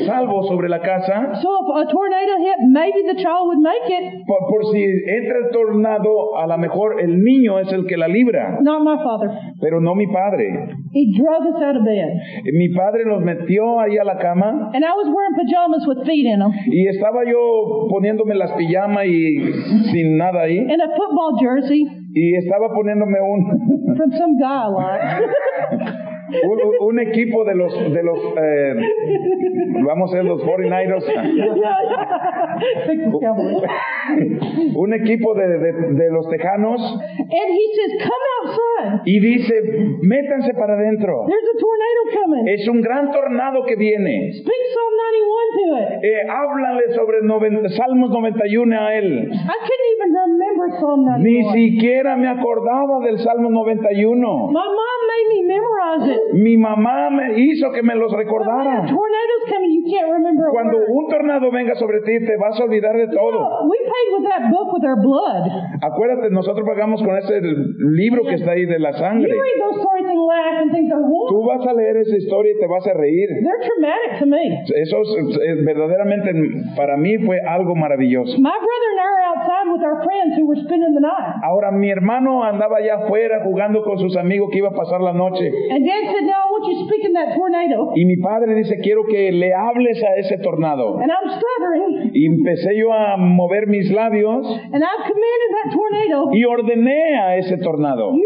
[SPEAKER 2] salvo sobre la casa
[SPEAKER 1] So if a tornado hit, maybe the child would make it.
[SPEAKER 2] por, por si entra el tornado, a lo mejor el niño es el que la libra,
[SPEAKER 1] Not my father.
[SPEAKER 2] pero no mi padre.
[SPEAKER 1] He drug us out of bed.
[SPEAKER 2] Mi padre los metió ahí a la cama
[SPEAKER 1] And I was wearing pajamas with feet in them
[SPEAKER 2] y estaba yo poniéndome las pijamas y sin nada ahí
[SPEAKER 1] and a football jersey
[SPEAKER 2] y estaba poniéndome un,
[SPEAKER 1] from some guy I liked.
[SPEAKER 2] un, un equipo de los, de los eh, vamos a ser los 49ers.
[SPEAKER 1] Fix the cowboy.
[SPEAKER 2] un equipo de, de- de los tejanos
[SPEAKER 1] and he says, Come outside.
[SPEAKER 2] y dice, métanse para adentro.
[SPEAKER 1] There's a tornado coming.
[SPEAKER 2] Es un gran tornado que viene.
[SPEAKER 1] Speak Psalm 91 to it.
[SPEAKER 2] Eh, háblale sobre noven- Salmos 91 a
[SPEAKER 1] I
[SPEAKER 2] él.
[SPEAKER 1] couldn't even remember Psalm
[SPEAKER 2] Ni
[SPEAKER 1] 91.
[SPEAKER 2] siquiera me acordaba del Salmo 91.
[SPEAKER 1] My mom made me memorize it.
[SPEAKER 2] Mi mamá me hizo que me los
[SPEAKER 1] But when a
[SPEAKER 2] recordara.
[SPEAKER 1] tornado's coming, you can't remember a
[SPEAKER 2] Cuando
[SPEAKER 1] word.
[SPEAKER 2] un tornado venga sobre ti, te vas a olvidar de todo.
[SPEAKER 1] No, we paid with that book with our blood.
[SPEAKER 2] Acuérdate, nosotros pagamos con ese libro que está ahí de la
[SPEAKER 1] You
[SPEAKER 2] sangre.
[SPEAKER 1] read those stories and laugh and think they're
[SPEAKER 2] Tú
[SPEAKER 1] horrible.
[SPEAKER 2] vas a leer esa historia y te vas a reír.
[SPEAKER 1] They're traumatic to me.
[SPEAKER 2] Eso es- es- verdaderamente para mí fue algo maravilloso.
[SPEAKER 1] My brother and I were outside with our friends who were spending the night.
[SPEAKER 2] Ahora mi hermano andaba allá afuera jugando con sus amigos que iba a pasar la noche.
[SPEAKER 1] And Dad said, No, I want you to speak in that tornado.
[SPEAKER 2] Y mi padre dice, quiero que le hables a ese tornado.
[SPEAKER 1] And I'm stuttering.
[SPEAKER 2] Y empecé yo a mover mis labios
[SPEAKER 1] And I've commanded that tornado,
[SPEAKER 2] y ordené a ese tornado.
[SPEAKER 1] You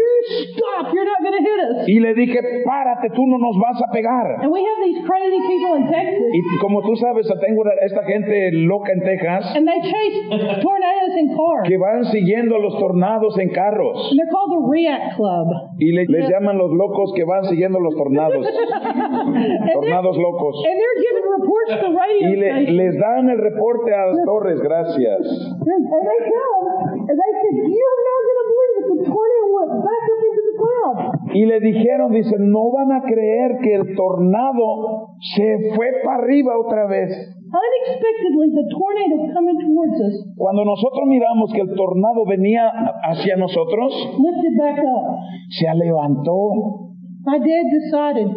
[SPEAKER 1] stop. You're not going to hit us.
[SPEAKER 2] Y le dije, párate, tú no nos vas a pegar.
[SPEAKER 1] And we have these crazy people in Texas.
[SPEAKER 2] Y como tú sabes, tengo una- esta gente loca en Texas
[SPEAKER 1] And they chase tornadoes in cars.
[SPEAKER 2] que van siguiendo a los tornados en carros.
[SPEAKER 1] And they're called the React Club.
[SPEAKER 2] Y le- les llaman los locos que van siguiendo los tornados.
[SPEAKER 1] and, they're,
[SPEAKER 2] Tornados locos.
[SPEAKER 1] and they're giving reports to radio
[SPEAKER 2] Y le-
[SPEAKER 1] stations.
[SPEAKER 2] les dan el reporte a Torres, gracias.
[SPEAKER 1] And they come, and they said, you're not going to believe it. The tornado went back up into the clouds.
[SPEAKER 2] Y le dijeron, dice, no van a creer que el tornado se fue para arriba otra vez.
[SPEAKER 1] Unexpectedly, the tornado's coming towards us,
[SPEAKER 2] Cuando nosotros miramos que el tornado venía hacia nosotros,
[SPEAKER 1] lifted back up.
[SPEAKER 2] se levantó.
[SPEAKER 1] My dad decided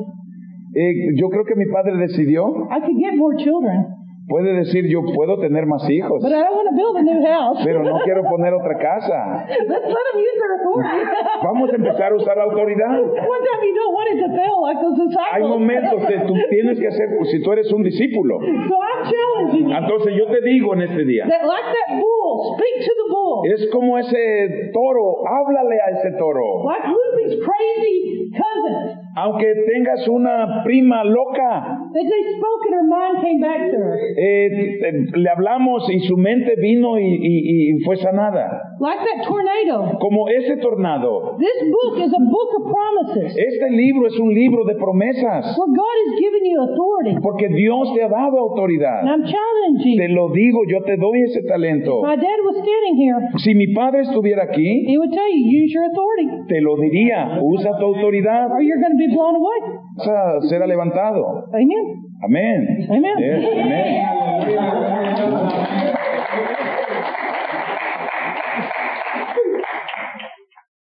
[SPEAKER 2] Eh, yo creo que mi padre decidió,
[SPEAKER 1] I could get more children,
[SPEAKER 2] puede decir, yo puedo tener más hijos,
[SPEAKER 1] but I don't want to build a new house.
[SPEAKER 2] pero no quiero poner otra casa.
[SPEAKER 1] Let's let them use their authority.
[SPEAKER 2] Vamos a empezar a usar la autoridad.
[SPEAKER 1] One time you don't want it to fail like those
[SPEAKER 2] Hay
[SPEAKER 1] disciples.
[SPEAKER 2] momentos que tú tienes que hacer, pues, si tú eres un discípulo.
[SPEAKER 1] So I'm challenging you
[SPEAKER 2] Entonces yo te digo en este día,
[SPEAKER 1] that like that bull, speak to the bull.
[SPEAKER 2] Es como ese toro, háblale a ese toro.
[SPEAKER 1] Like Lucy's crazy cousins,
[SPEAKER 2] Aunque tengas una prima loca,
[SPEAKER 1] that they spoke and her mind came back to her.
[SPEAKER 2] eh, eh, le hablamos y su mente vino y, y- y fue sanada.
[SPEAKER 1] Like that tornado.
[SPEAKER 2] Como ese tornado.
[SPEAKER 1] This book is a book of promises
[SPEAKER 2] Este libro es un libro de promesas,
[SPEAKER 1] where God has given you authority.
[SPEAKER 2] porque Dios te ha dado
[SPEAKER 1] And
[SPEAKER 2] autoridad.
[SPEAKER 1] I'm challenging
[SPEAKER 2] Te
[SPEAKER 1] you.
[SPEAKER 2] lo digo, yo te doy ese talento.
[SPEAKER 1] My dad was standing here.
[SPEAKER 2] Si mi padre estuviera aquí,
[SPEAKER 1] He would tell you, use your authority
[SPEAKER 2] te lo diría, usa tu autoridad,
[SPEAKER 1] or you're going to be blown away.
[SPEAKER 2] vas a ser levantado.
[SPEAKER 1] Amen.
[SPEAKER 2] Amén.
[SPEAKER 1] Amen.
[SPEAKER 2] Yes, amén.